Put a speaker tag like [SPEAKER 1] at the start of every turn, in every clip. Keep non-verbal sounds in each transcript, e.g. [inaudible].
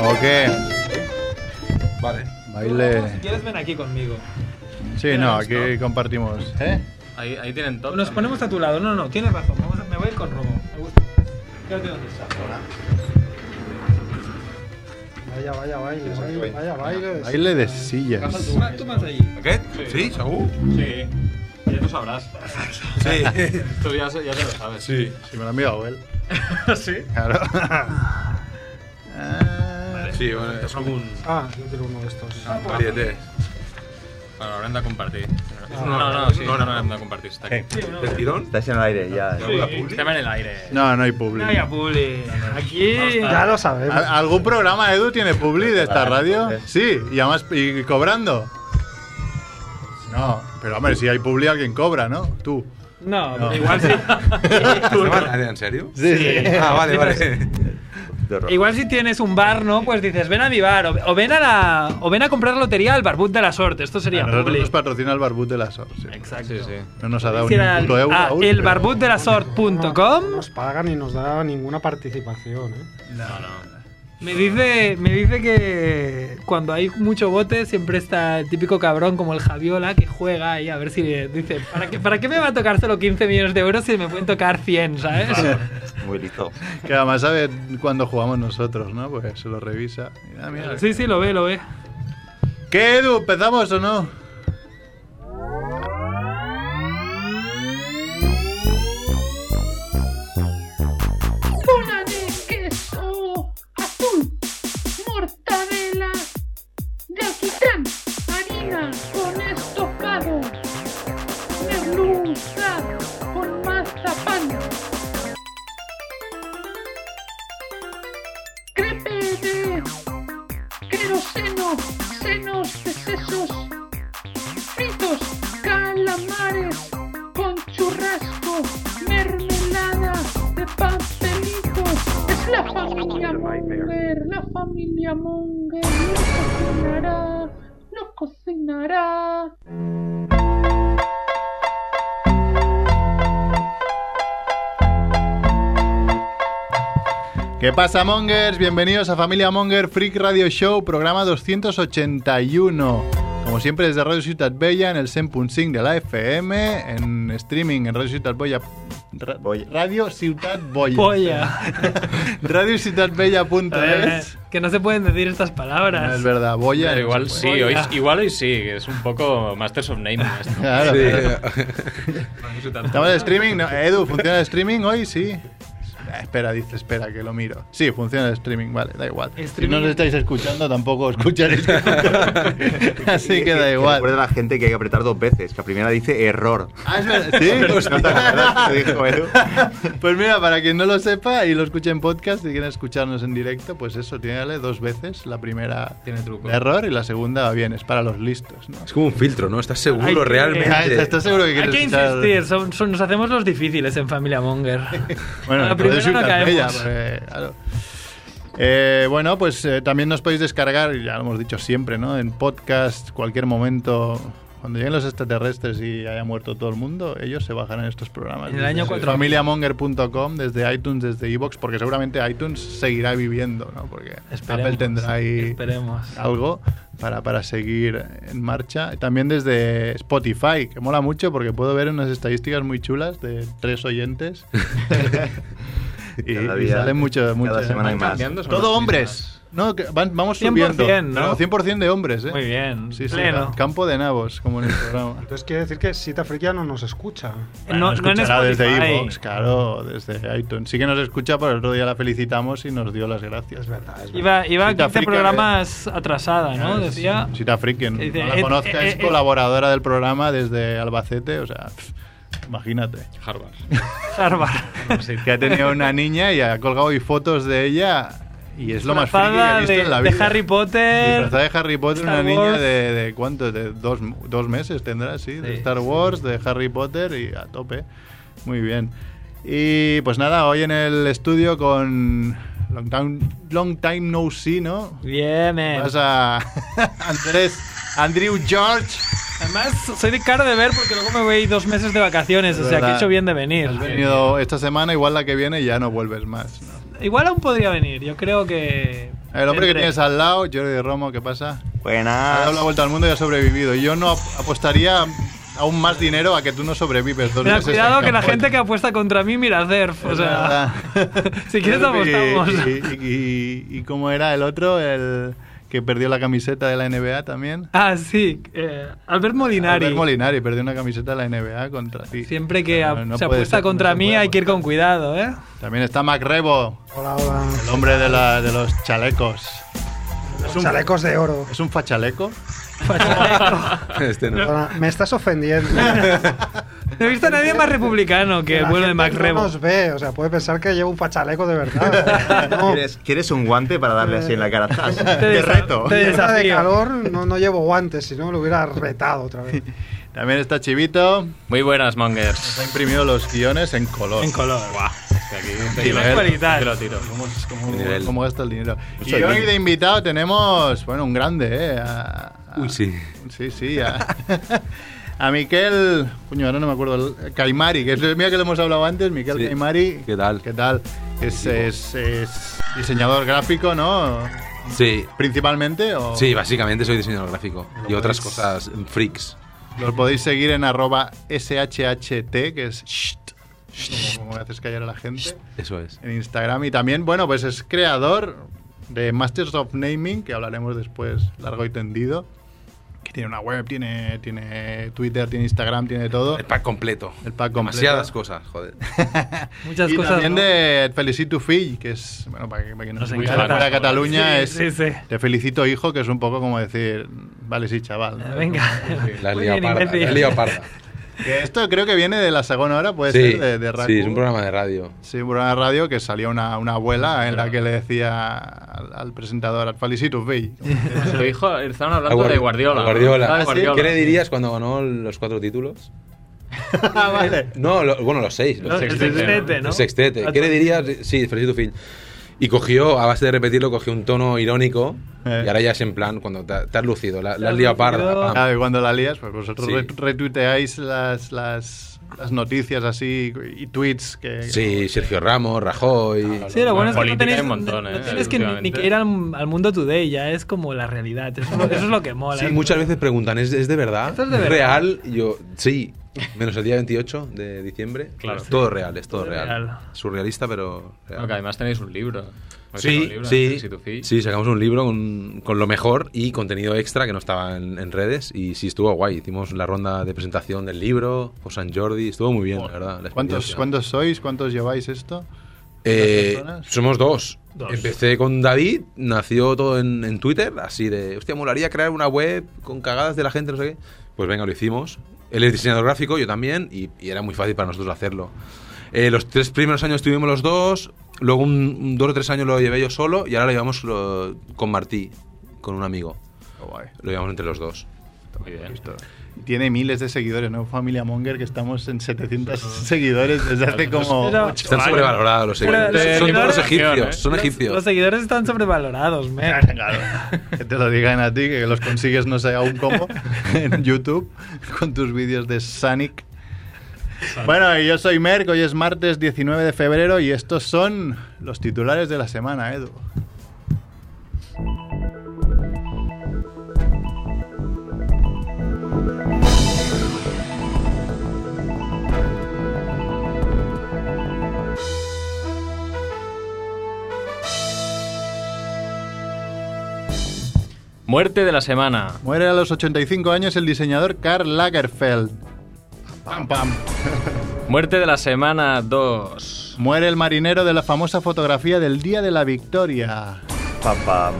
[SPEAKER 1] Ok.
[SPEAKER 2] Vale.
[SPEAKER 1] Baile.
[SPEAKER 3] Si quieres, ven aquí conmigo.
[SPEAKER 1] Sí, no, aquí compartimos. ¿Eh?
[SPEAKER 4] Ahí, ahí tienen top.
[SPEAKER 3] Nos ponemos a tu lado. No, no, tienes razón. Vamos a- me voy a ir con Romo. Me gusta. Quédate donde estás.
[SPEAKER 5] Vaya, vaya, baile, baile, vaya, baile.
[SPEAKER 1] Baile de sillas.
[SPEAKER 3] Tú más- Tú más allí.
[SPEAKER 2] ¿Aquest? Sí, segur?
[SPEAKER 4] Sí. Ya tú sabrás.
[SPEAKER 2] Sí.
[SPEAKER 4] Tú ya, se- ya te lo sabes.
[SPEAKER 2] Sí.
[SPEAKER 1] Si me lo ha enviado
[SPEAKER 3] [laughs]
[SPEAKER 1] él.
[SPEAKER 4] ¿Sí?
[SPEAKER 1] Claro. Ah,
[SPEAKER 2] Sí, bueno,
[SPEAKER 4] Es
[SPEAKER 2] és
[SPEAKER 4] como un...
[SPEAKER 5] Ah, yo quiero uno de estos.
[SPEAKER 3] Ah, pues,
[SPEAKER 2] un varieté.
[SPEAKER 4] Bueno, l'haurem de compartir. No,
[SPEAKER 5] Ah.
[SPEAKER 4] no, no, sí, no, no, l'hem de compartir. Està aquí.
[SPEAKER 3] Sí, no.
[SPEAKER 2] Del
[SPEAKER 6] [laughs]
[SPEAKER 2] tirón?
[SPEAKER 6] Estáis en el aire ya.
[SPEAKER 2] Sí.
[SPEAKER 4] Estem en l'aire.
[SPEAKER 1] No, no hay
[SPEAKER 3] No
[SPEAKER 1] público.
[SPEAKER 3] hay apure. Aquí.
[SPEAKER 5] Ya lo sabemos.
[SPEAKER 1] ¿Algún programa, Edu, tiene publi de esta
[SPEAKER 6] Claro,
[SPEAKER 1] radio?
[SPEAKER 6] entonces.
[SPEAKER 1] Sí, y además y cobrando. No, pero hombre, si hay publi alguien cobra, ¿no? Tú.
[SPEAKER 3] No,
[SPEAKER 1] No.
[SPEAKER 3] pero
[SPEAKER 1] [laughs]
[SPEAKER 3] igual sí.
[SPEAKER 2] Estem en aire, en sèrio?
[SPEAKER 1] Sí, sí.
[SPEAKER 2] Ah, vale, vale.
[SPEAKER 6] De ro-
[SPEAKER 3] Igual si tienes un bar, ¿no? Pues dices, ven a mi bar, o, o ven a la, o ven a comprar lotería al barbut de la suerte. Esto
[SPEAKER 1] A
[SPEAKER 3] sería
[SPEAKER 1] nosotros nos
[SPEAKER 3] público.
[SPEAKER 1] patrocina el Barbut de la Sor. sí.
[SPEAKER 3] Exacto.
[SPEAKER 4] Sí, sí.
[SPEAKER 1] No nos ha dado
[SPEAKER 3] Si
[SPEAKER 1] ni
[SPEAKER 3] era
[SPEAKER 1] un puto euro
[SPEAKER 3] a
[SPEAKER 1] aún. pero-
[SPEAKER 3] elbarbutdelasort.com.
[SPEAKER 5] Nos pagan y nos da ninguna participación, ¿eh?
[SPEAKER 4] No, no.
[SPEAKER 3] Me dice, me dice que cuando hay mucho bote siempre está el típico cabrón como el Javiola que juega ahí a ver si dice, ¿para qué, ¿para qué me va a tocar solo 15 millones de euros si me pueden tocar 100, ¿sabes?
[SPEAKER 6] Muy listo.
[SPEAKER 1] Que además sabe cuándo jugamos nosotros, ¿no? Porque se lo revisa. Y, ah, mira.
[SPEAKER 3] Sí, sí, lo ve, lo ve.
[SPEAKER 1] ¿Qué, Edu? ¿Empezamos o no?
[SPEAKER 7] Una de queso azul, mortadela de alquitrán, harina con estocados, merluza con mazapán, crepe de queroseno, senos de sesos, fritos, calamares con churrasco, mermelada de pastelito. Es la familia Munger, la familia Munger lo cocinará, lo cocinará.
[SPEAKER 1] ¿Qué pasa, Mongers? Bienvenidos a Familia Monger Freak Radio Show, programa 281. Como siempre, desde Radio Ciutat Bella, en el 100.5 de la FM, en streaming en Radio Ciutat Bella. Ra-
[SPEAKER 6] Boya.
[SPEAKER 1] Radio Ciutat Boya.
[SPEAKER 3] Polla.
[SPEAKER 1] [laughs] Radio Ciutat
[SPEAKER 3] Eh,
[SPEAKER 1] Bella.es.
[SPEAKER 3] que no se pueden decir estas
[SPEAKER 1] No
[SPEAKER 3] palabras.
[SPEAKER 1] es verdad, Boya.
[SPEAKER 4] Pero
[SPEAKER 1] no
[SPEAKER 4] igual
[SPEAKER 1] se
[SPEAKER 4] sí,
[SPEAKER 1] puede.
[SPEAKER 4] hoy, igual hoy sí, que es un poco Masters of [laughs] Name. esto.
[SPEAKER 1] Claro, claro.
[SPEAKER 4] Sí.
[SPEAKER 1] Estamos en streaming. no, Edu, ¿funciona el streaming hoy? Sí. Eh, Espera, dice, espera, que lo miro. Sí, funciona el streaming, vale, da igual. Si no
[SPEAKER 3] Streaming.
[SPEAKER 1] nos estáis escuchando, tampoco escucharéis. [laughs] Así que da igual.
[SPEAKER 6] Recuerda a la gente que hay que apretar dos veces. Que la primera dice error.
[SPEAKER 1] Ah, es verdad. Sí,
[SPEAKER 6] ¿No te acuerdas? Te dijo Edu.
[SPEAKER 1] Pues mira, para quien no lo sepa y lo escuche en podcast y quiera escucharnos en directo, pues eso, tiene dos veces. La primera
[SPEAKER 4] Tiene truco.
[SPEAKER 1] de error y la segunda va bien, es para los listos. ¿no?
[SPEAKER 2] És com un filtro, no? Estàs segur
[SPEAKER 3] Ai, que-
[SPEAKER 1] Ah,
[SPEAKER 2] realmente?
[SPEAKER 1] ¿Estás seguro que
[SPEAKER 3] Hay
[SPEAKER 1] quieres
[SPEAKER 3] que
[SPEAKER 1] escuchar?
[SPEAKER 3] insistir, son- son- nos hacemos los difíciles en
[SPEAKER 1] [laughs]
[SPEAKER 3] Familia Monger.
[SPEAKER 1] Bueno,
[SPEAKER 3] la
[SPEAKER 1] entonces
[SPEAKER 3] primera no
[SPEAKER 1] Ciutat Vella,
[SPEAKER 3] caemos.
[SPEAKER 1] porque, claro. Eh, bueno, pues eh, también nos podéis descargar, ya lo hemos dicho siempre, ¿no? En podcast, cualquier momento. Cuando lleguen los extraterrestres y haya muerto todo el mundo, ellos se bajarán estos programas.
[SPEAKER 3] En el año
[SPEAKER 1] Desde
[SPEAKER 3] 4000.
[SPEAKER 1] Familiamonger.com, desde iTunes, desde iBox, porque seguramente iTunes seguirá viviendo, ¿no? Porque
[SPEAKER 3] Esperemos,
[SPEAKER 1] Apple tendrá ahí
[SPEAKER 3] Esperemos.
[SPEAKER 1] algo para, para seguir en marcha. También desde Spotify, que mola mucho porque puedo ver unas estadísticas muy chulas de tres
[SPEAKER 6] [laughs]
[SPEAKER 1] oyentes. y,
[SPEAKER 6] Cada
[SPEAKER 1] y
[SPEAKER 6] día,
[SPEAKER 1] salen mucho,
[SPEAKER 6] cada
[SPEAKER 1] mucho.
[SPEAKER 6] semana hay más.
[SPEAKER 4] Cambiando son
[SPEAKER 1] Todo
[SPEAKER 4] los
[SPEAKER 1] hombres. No, que van- vamos
[SPEAKER 3] 100%,
[SPEAKER 1] subiendo.
[SPEAKER 3] ¿no?
[SPEAKER 1] 100% de hombres, ¿eh?
[SPEAKER 3] Muy bien.
[SPEAKER 1] Sí, sí,
[SPEAKER 3] pleno.
[SPEAKER 1] campo de nabos, como en el
[SPEAKER 3] [laughs]
[SPEAKER 1] programa.
[SPEAKER 5] Entonces quiere decir que Sita Friki ya no nos escucha.
[SPEAKER 3] No- no en
[SPEAKER 1] escuchará
[SPEAKER 3] Spotify.
[SPEAKER 1] desde iVoox, claro, desde iTunes. Sí que nos escucha, pero el otro día la felicitamos y nos dio las gracias.
[SPEAKER 5] Es verdad, es verdad.
[SPEAKER 3] Iba, iba
[SPEAKER 1] Cita eh.
[SPEAKER 3] 15
[SPEAKER 1] frica,
[SPEAKER 3] programas atrasada, ¿no? Decía.
[SPEAKER 1] Sita Fricken,
[SPEAKER 3] Dice,
[SPEAKER 1] no la
[SPEAKER 3] eh,
[SPEAKER 1] conozca,
[SPEAKER 3] eh,
[SPEAKER 1] es
[SPEAKER 3] eh,
[SPEAKER 1] colaboradora del programa desde Albacete, o sea, pf, imagínate.
[SPEAKER 4] Harvard.
[SPEAKER 3] Harvard.
[SPEAKER 4] Sí.
[SPEAKER 1] Que ha tenido una niña y ha colgado hoy fotos de ella y es lo más friki que
[SPEAKER 3] Disfrazada
[SPEAKER 1] he visto
[SPEAKER 3] de,
[SPEAKER 1] en la
[SPEAKER 3] de
[SPEAKER 1] vida.
[SPEAKER 3] Harry Potter.
[SPEAKER 1] Disfrazada de Harry Potter,
[SPEAKER 3] Star
[SPEAKER 1] una niña
[SPEAKER 3] Wars.
[SPEAKER 1] de, de ¿cuánto? De dos, dos meses tendrá, sí, de
[SPEAKER 3] Sí,
[SPEAKER 1] Star Wars, de Harry Potter y a tope. Muy bien. Y pues nada, hoy en el estudio con Long Time, Long Time No See, ¿no?
[SPEAKER 3] Bien, eh.
[SPEAKER 1] Vas a [laughs] Andrés, Andrew George.
[SPEAKER 3] Además, soy de cara de ver porque luego me voy dos meses de vacaciones,
[SPEAKER 1] Es
[SPEAKER 3] o sea que he
[SPEAKER 1] verdad.
[SPEAKER 3] hecho bien de venir.
[SPEAKER 1] Has venido esta semana, igual la que viene ya no vuelves más. ¿no?
[SPEAKER 3] Igual aún podría venir, yo creo que
[SPEAKER 1] El hombre que
[SPEAKER 8] Entre-
[SPEAKER 1] tienes al lado, Jordi Romo, ¿qué pasa?
[SPEAKER 3] Ah.
[SPEAKER 1] Ha dado la
[SPEAKER 6] Buenas.
[SPEAKER 1] vuelta al mundo y ha sobrevivido. Yo no ap- apostaría aún más dinero a que tú no sobrevives dos
[SPEAKER 3] Mira,
[SPEAKER 1] meses.
[SPEAKER 3] cuidado
[SPEAKER 1] en
[SPEAKER 3] que la
[SPEAKER 1] Camboya.
[SPEAKER 3] gente que apuesta contra mí mira CERF. O sea, [laughs] si quieres apostamos.
[SPEAKER 1] Y, y- y- y cómo era el otro, el que perdió la camiseta de la NBA también.
[SPEAKER 3] Ah, sí. eh, Albert Molinari.
[SPEAKER 1] Albert Molinari perdió una camiseta de la NBA contra ti.
[SPEAKER 3] Siempre que
[SPEAKER 1] No,
[SPEAKER 3] ap-
[SPEAKER 1] no
[SPEAKER 3] se
[SPEAKER 1] puede
[SPEAKER 3] apuesta
[SPEAKER 1] ser, no
[SPEAKER 3] contra
[SPEAKER 1] se
[SPEAKER 3] mí
[SPEAKER 1] puede
[SPEAKER 3] hay que ir
[SPEAKER 1] apostar.
[SPEAKER 3] con cuidado, ¿eh?
[SPEAKER 1] También está Mac Rebo,
[SPEAKER 5] Hola, hola.
[SPEAKER 1] el hombre de, la- de los chalecos.
[SPEAKER 5] Los chalecos de oro.
[SPEAKER 1] ¿Es un fachaleco?
[SPEAKER 2] Este no.
[SPEAKER 5] Perdona, me estás ofendiendo.
[SPEAKER 3] No he visto a nadie más republicano [laughs] que el
[SPEAKER 5] La
[SPEAKER 3] bueno de
[SPEAKER 5] gente
[SPEAKER 3] Mac Rebo.
[SPEAKER 5] No nos ve, o sea, puede pensar que llevo un fachaleco de
[SPEAKER 1] [laughs]
[SPEAKER 5] verdad.
[SPEAKER 6] [laughs]
[SPEAKER 5] No,
[SPEAKER 6] ¿Quieres, quieres un guante para darle así en la cara? ¡Zas! ¡Qué
[SPEAKER 3] desa-
[SPEAKER 6] reto!
[SPEAKER 3] te-
[SPEAKER 5] Esta de
[SPEAKER 3] desafío.
[SPEAKER 5] calor no, no llevo guantes, si no lo hubiera retado
[SPEAKER 3] [laughs]
[SPEAKER 5] otra vez.
[SPEAKER 1] También está Chivito.
[SPEAKER 4] Muy buenas, Mongers.
[SPEAKER 1] Se ha imprimido los guiones en color.
[SPEAKER 3] En color.
[SPEAKER 1] Sí,
[SPEAKER 4] lo
[SPEAKER 1] lo es.
[SPEAKER 4] Te lo tiro.
[SPEAKER 1] ¿Cómo, es- cómo-
[SPEAKER 2] Nivel.
[SPEAKER 1] cómo gasta el dinero? Y
[SPEAKER 6] Soy
[SPEAKER 1] hoy
[SPEAKER 6] bien.
[SPEAKER 1] de invitado tenemos, bueno, un grande, ¿eh? A- a-
[SPEAKER 2] Uy, sí.
[SPEAKER 1] Sí, sí, a, [laughs] a Miquel, coño, ahora no me acuerdo, el- Caimari, que es mira que lo hemos hablado antes, Miquel
[SPEAKER 2] Sí.
[SPEAKER 1] Caimari.
[SPEAKER 2] ¿Qué tal?
[SPEAKER 1] ¿Qué tal? Es, es- es diseñador gráfico, ¿no?
[SPEAKER 2] Sí.
[SPEAKER 1] Principalmente, o
[SPEAKER 2] Sí, básicamente soy diseñador gráfico y otras cosas mm, freaks.
[SPEAKER 1] los podéis seguir en arroba shht, que es sht, como, como haces callar a la gente,
[SPEAKER 2] Eso es.
[SPEAKER 1] en Instagram. Y también, bueno, pues es creador de Masters of Naming, que hablaremos después largo y tendido. Que tiene una web, tiene, tiene Twitter, tiene Instagram, tiene todo.
[SPEAKER 2] El pack completo.
[SPEAKER 1] El pack completo.
[SPEAKER 2] Demasiadas cosas, joder.
[SPEAKER 3] Muchas
[SPEAKER 1] y
[SPEAKER 3] cosas.
[SPEAKER 1] también
[SPEAKER 3] ¿no?
[SPEAKER 1] de Felicit tu fill, que es, bueno, para que, para que no
[SPEAKER 4] Nos
[SPEAKER 1] se ubique
[SPEAKER 4] encanta.
[SPEAKER 1] fuera de Cataluña,
[SPEAKER 3] Sí,
[SPEAKER 1] es
[SPEAKER 3] sí, sí.
[SPEAKER 1] Te felicito hijo, que es un poco como decir, vale, sí, chaval. ¿no?
[SPEAKER 3] Eh, Venga.
[SPEAKER 2] La
[SPEAKER 3] Muy
[SPEAKER 2] lía
[SPEAKER 3] bien,
[SPEAKER 2] parda.
[SPEAKER 3] imbécil.
[SPEAKER 2] La lía parda.
[SPEAKER 1] Que esto creo que viene de la segunda hora, puede
[SPEAKER 2] Sí,
[SPEAKER 1] ser, de, de Raku.
[SPEAKER 2] sí, es un programa de radio.
[SPEAKER 1] Sí, un programa de radio que salía una, una abuela en la que le decía al, al presentador, felicit tu fill.
[SPEAKER 4] Su hijo, estaban hablando
[SPEAKER 2] Guardi-
[SPEAKER 4] de Guardiola.
[SPEAKER 2] a Guardiola.
[SPEAKER 4] Ah, ¿sí?
[SPEAKER 2] ¿Qué le dirías cuando ganó los cuatro títulos?
[SPEAKER 1] [laughs] ah, vale.
[SPEAKER 2] No, lo- bueno, los seis. Los
[SPEAKER 3] No, [laughs]
[SPEAKER 2] seis.
[SPEAKER 3] el
[SPEAKER 4] sextete,
[SPEAKER 3] sextete, ¿no?
[SPEAKER 2] El sextete. ¿Qué le dirías? Sí, felicito film. Y cogió, a base de repetirlo, cogió un tono irónico.
[SPEAKER 1] Eh.
[SPEAKER 2] Y ahora ya es en plan, cuando te, te has lucido, la,
[SPEAKER 3] Te
[SPEAKER 2] la has
[SPEAKER 3] has
[SPEAKER 2] liado
[SPEAKER 3] lucido.
[SPEAKER 2] parda. pam.
[SPEAKER 1] Claro, y cuando la lías, pues vosotros
[SPEAKER 2] Sí.
[SPEAKER 1] re- retuiteáis las, las, las noticias así y tweets que...
[SPEAKER 2] Sí, Sergio Ramos, Rajoy.
[SPEAKER 1] Ah,
[SPEAKER 3] Sí, lo bueno es que no
[SPEAKER 4] Política
[SPEAKER 3] tenéis,
[SPEAKER 4] hay un montón,
[SPEAKER 3] no
[SPEAKER 4] ¿eh?
[SPEAKER 3] tienes que ni- ni que ir al, al mundo today, ya es como la realidad. Eso es lo, eso es lo que mola.
[SPEAKER 2] Sí,
[SPEAKER 3] ¿eh?
[SPEAKER 2] muchas veces preguntan, ¿es, es de verdad?
[SPEAKER 3] ¿Esto es de verdad?
[SPEAKER 2] real? Y Yo, sí. Menos el día 28 de diciembre.
[SPEAKER 4] Claro.
[SPEAKER 2] Es todo real, es todo,
[SPEAKER 3] Todo
[SPEAKER 2] real.
[SPEAKER 3] real.
[SPEAKER 2] Surrealista, pero real.
[SPEAKER 4] No, que además tenéis un libro. ¿Habéis sacado Pues un
[SPEAKER 2] Sí,
[SPEAKER 4] libro?
[SPEAKER 2] sí,
[SPEAKER 4] Si tu fi-
[SPEAKER 2] sí, sacamos un libro con, con lo mejor y contenido extra que no estaba en, en redes y sí estuvo guay. Hicimos la ronda de presentación del libro por San Jordi, estuvo muy bien, la verdad. la
[SPEAKER 1] ¿Cuántos,
[SPEAKER 2] experiencia.
[SPEAKER 1] ¿Cuántos sois? ¿Cuántos lleváis esto?
[SPEAKER 2] Eh,
[SPEAKER 1] personas?
[SPEAKER 2] somos dos.
[SPEAKER 3] Dos.
[SPEAKER 2] Empecé con David, nació todo en, en Twitter, así de, hostia, molaría crear una web con cagadas de la gente, no sé qué. Pues venga, lo hicimos. Él es diseñador gráfico, yo también, y, y era muy fácil para nosotros hacerlo. Eh, los tres primeros años estuvimos los dos, luego un, un dos o tres años lo llevé yo solo, y ahora lo llevamos lo- con Martí, con un amigo.
[SPEAKER 1] Oh, guay.
[SPEAKER 2] Lo llevamos entre los dos.
[SPEAKER 4] Muy bien.
[SPEAKER 1] Tiene miles de seguidores, ¿no? Familia Monger, que estamos en 700 seguidores desde hace como...
[SPEAKER 3] Pero-
[SPEAKER 1] ocho
[SPEAKER 2] Están
[SPEAKER 1] años.
[SPEAKER 2] sobrevalorados los
[SPEAKER 3] Pero
[SPEAKER 2] seguidores.
[SPEAKER 3] los
[SPEAKER 2] Son
[SPEAKER 3] seguidores-
[SPEAKER 2] todos egipcios, son
[SPEAKER 3] Los- Los,
[SPEAKER 2] egipcios.
[SPEAKER 3] seguidores están sobrevalorados, man.
[SPEAKER 1] Claro, [laughs] que te lo digan a ti, que los consigues no sé aún cómo, [laughs] en YouTube, con tus vídeos de Sonic. Bueno, y yo soy Merck, hoy es martes 19 de febrero y estos son los titulares de la semana, Edu.
[SPEAKER 4] Muerte de la semana.
[SPEAKER 1] Muere a los 85 años el diseñador Karl Lagerfeld. Pam, pam.
[SPEAKER 4] Muerte de la semana 2.
[SPEAKER 1] Muere el marinero de la famosa fotografía del Día de la Victoria.
[SPEAKER 6] Pam, pam.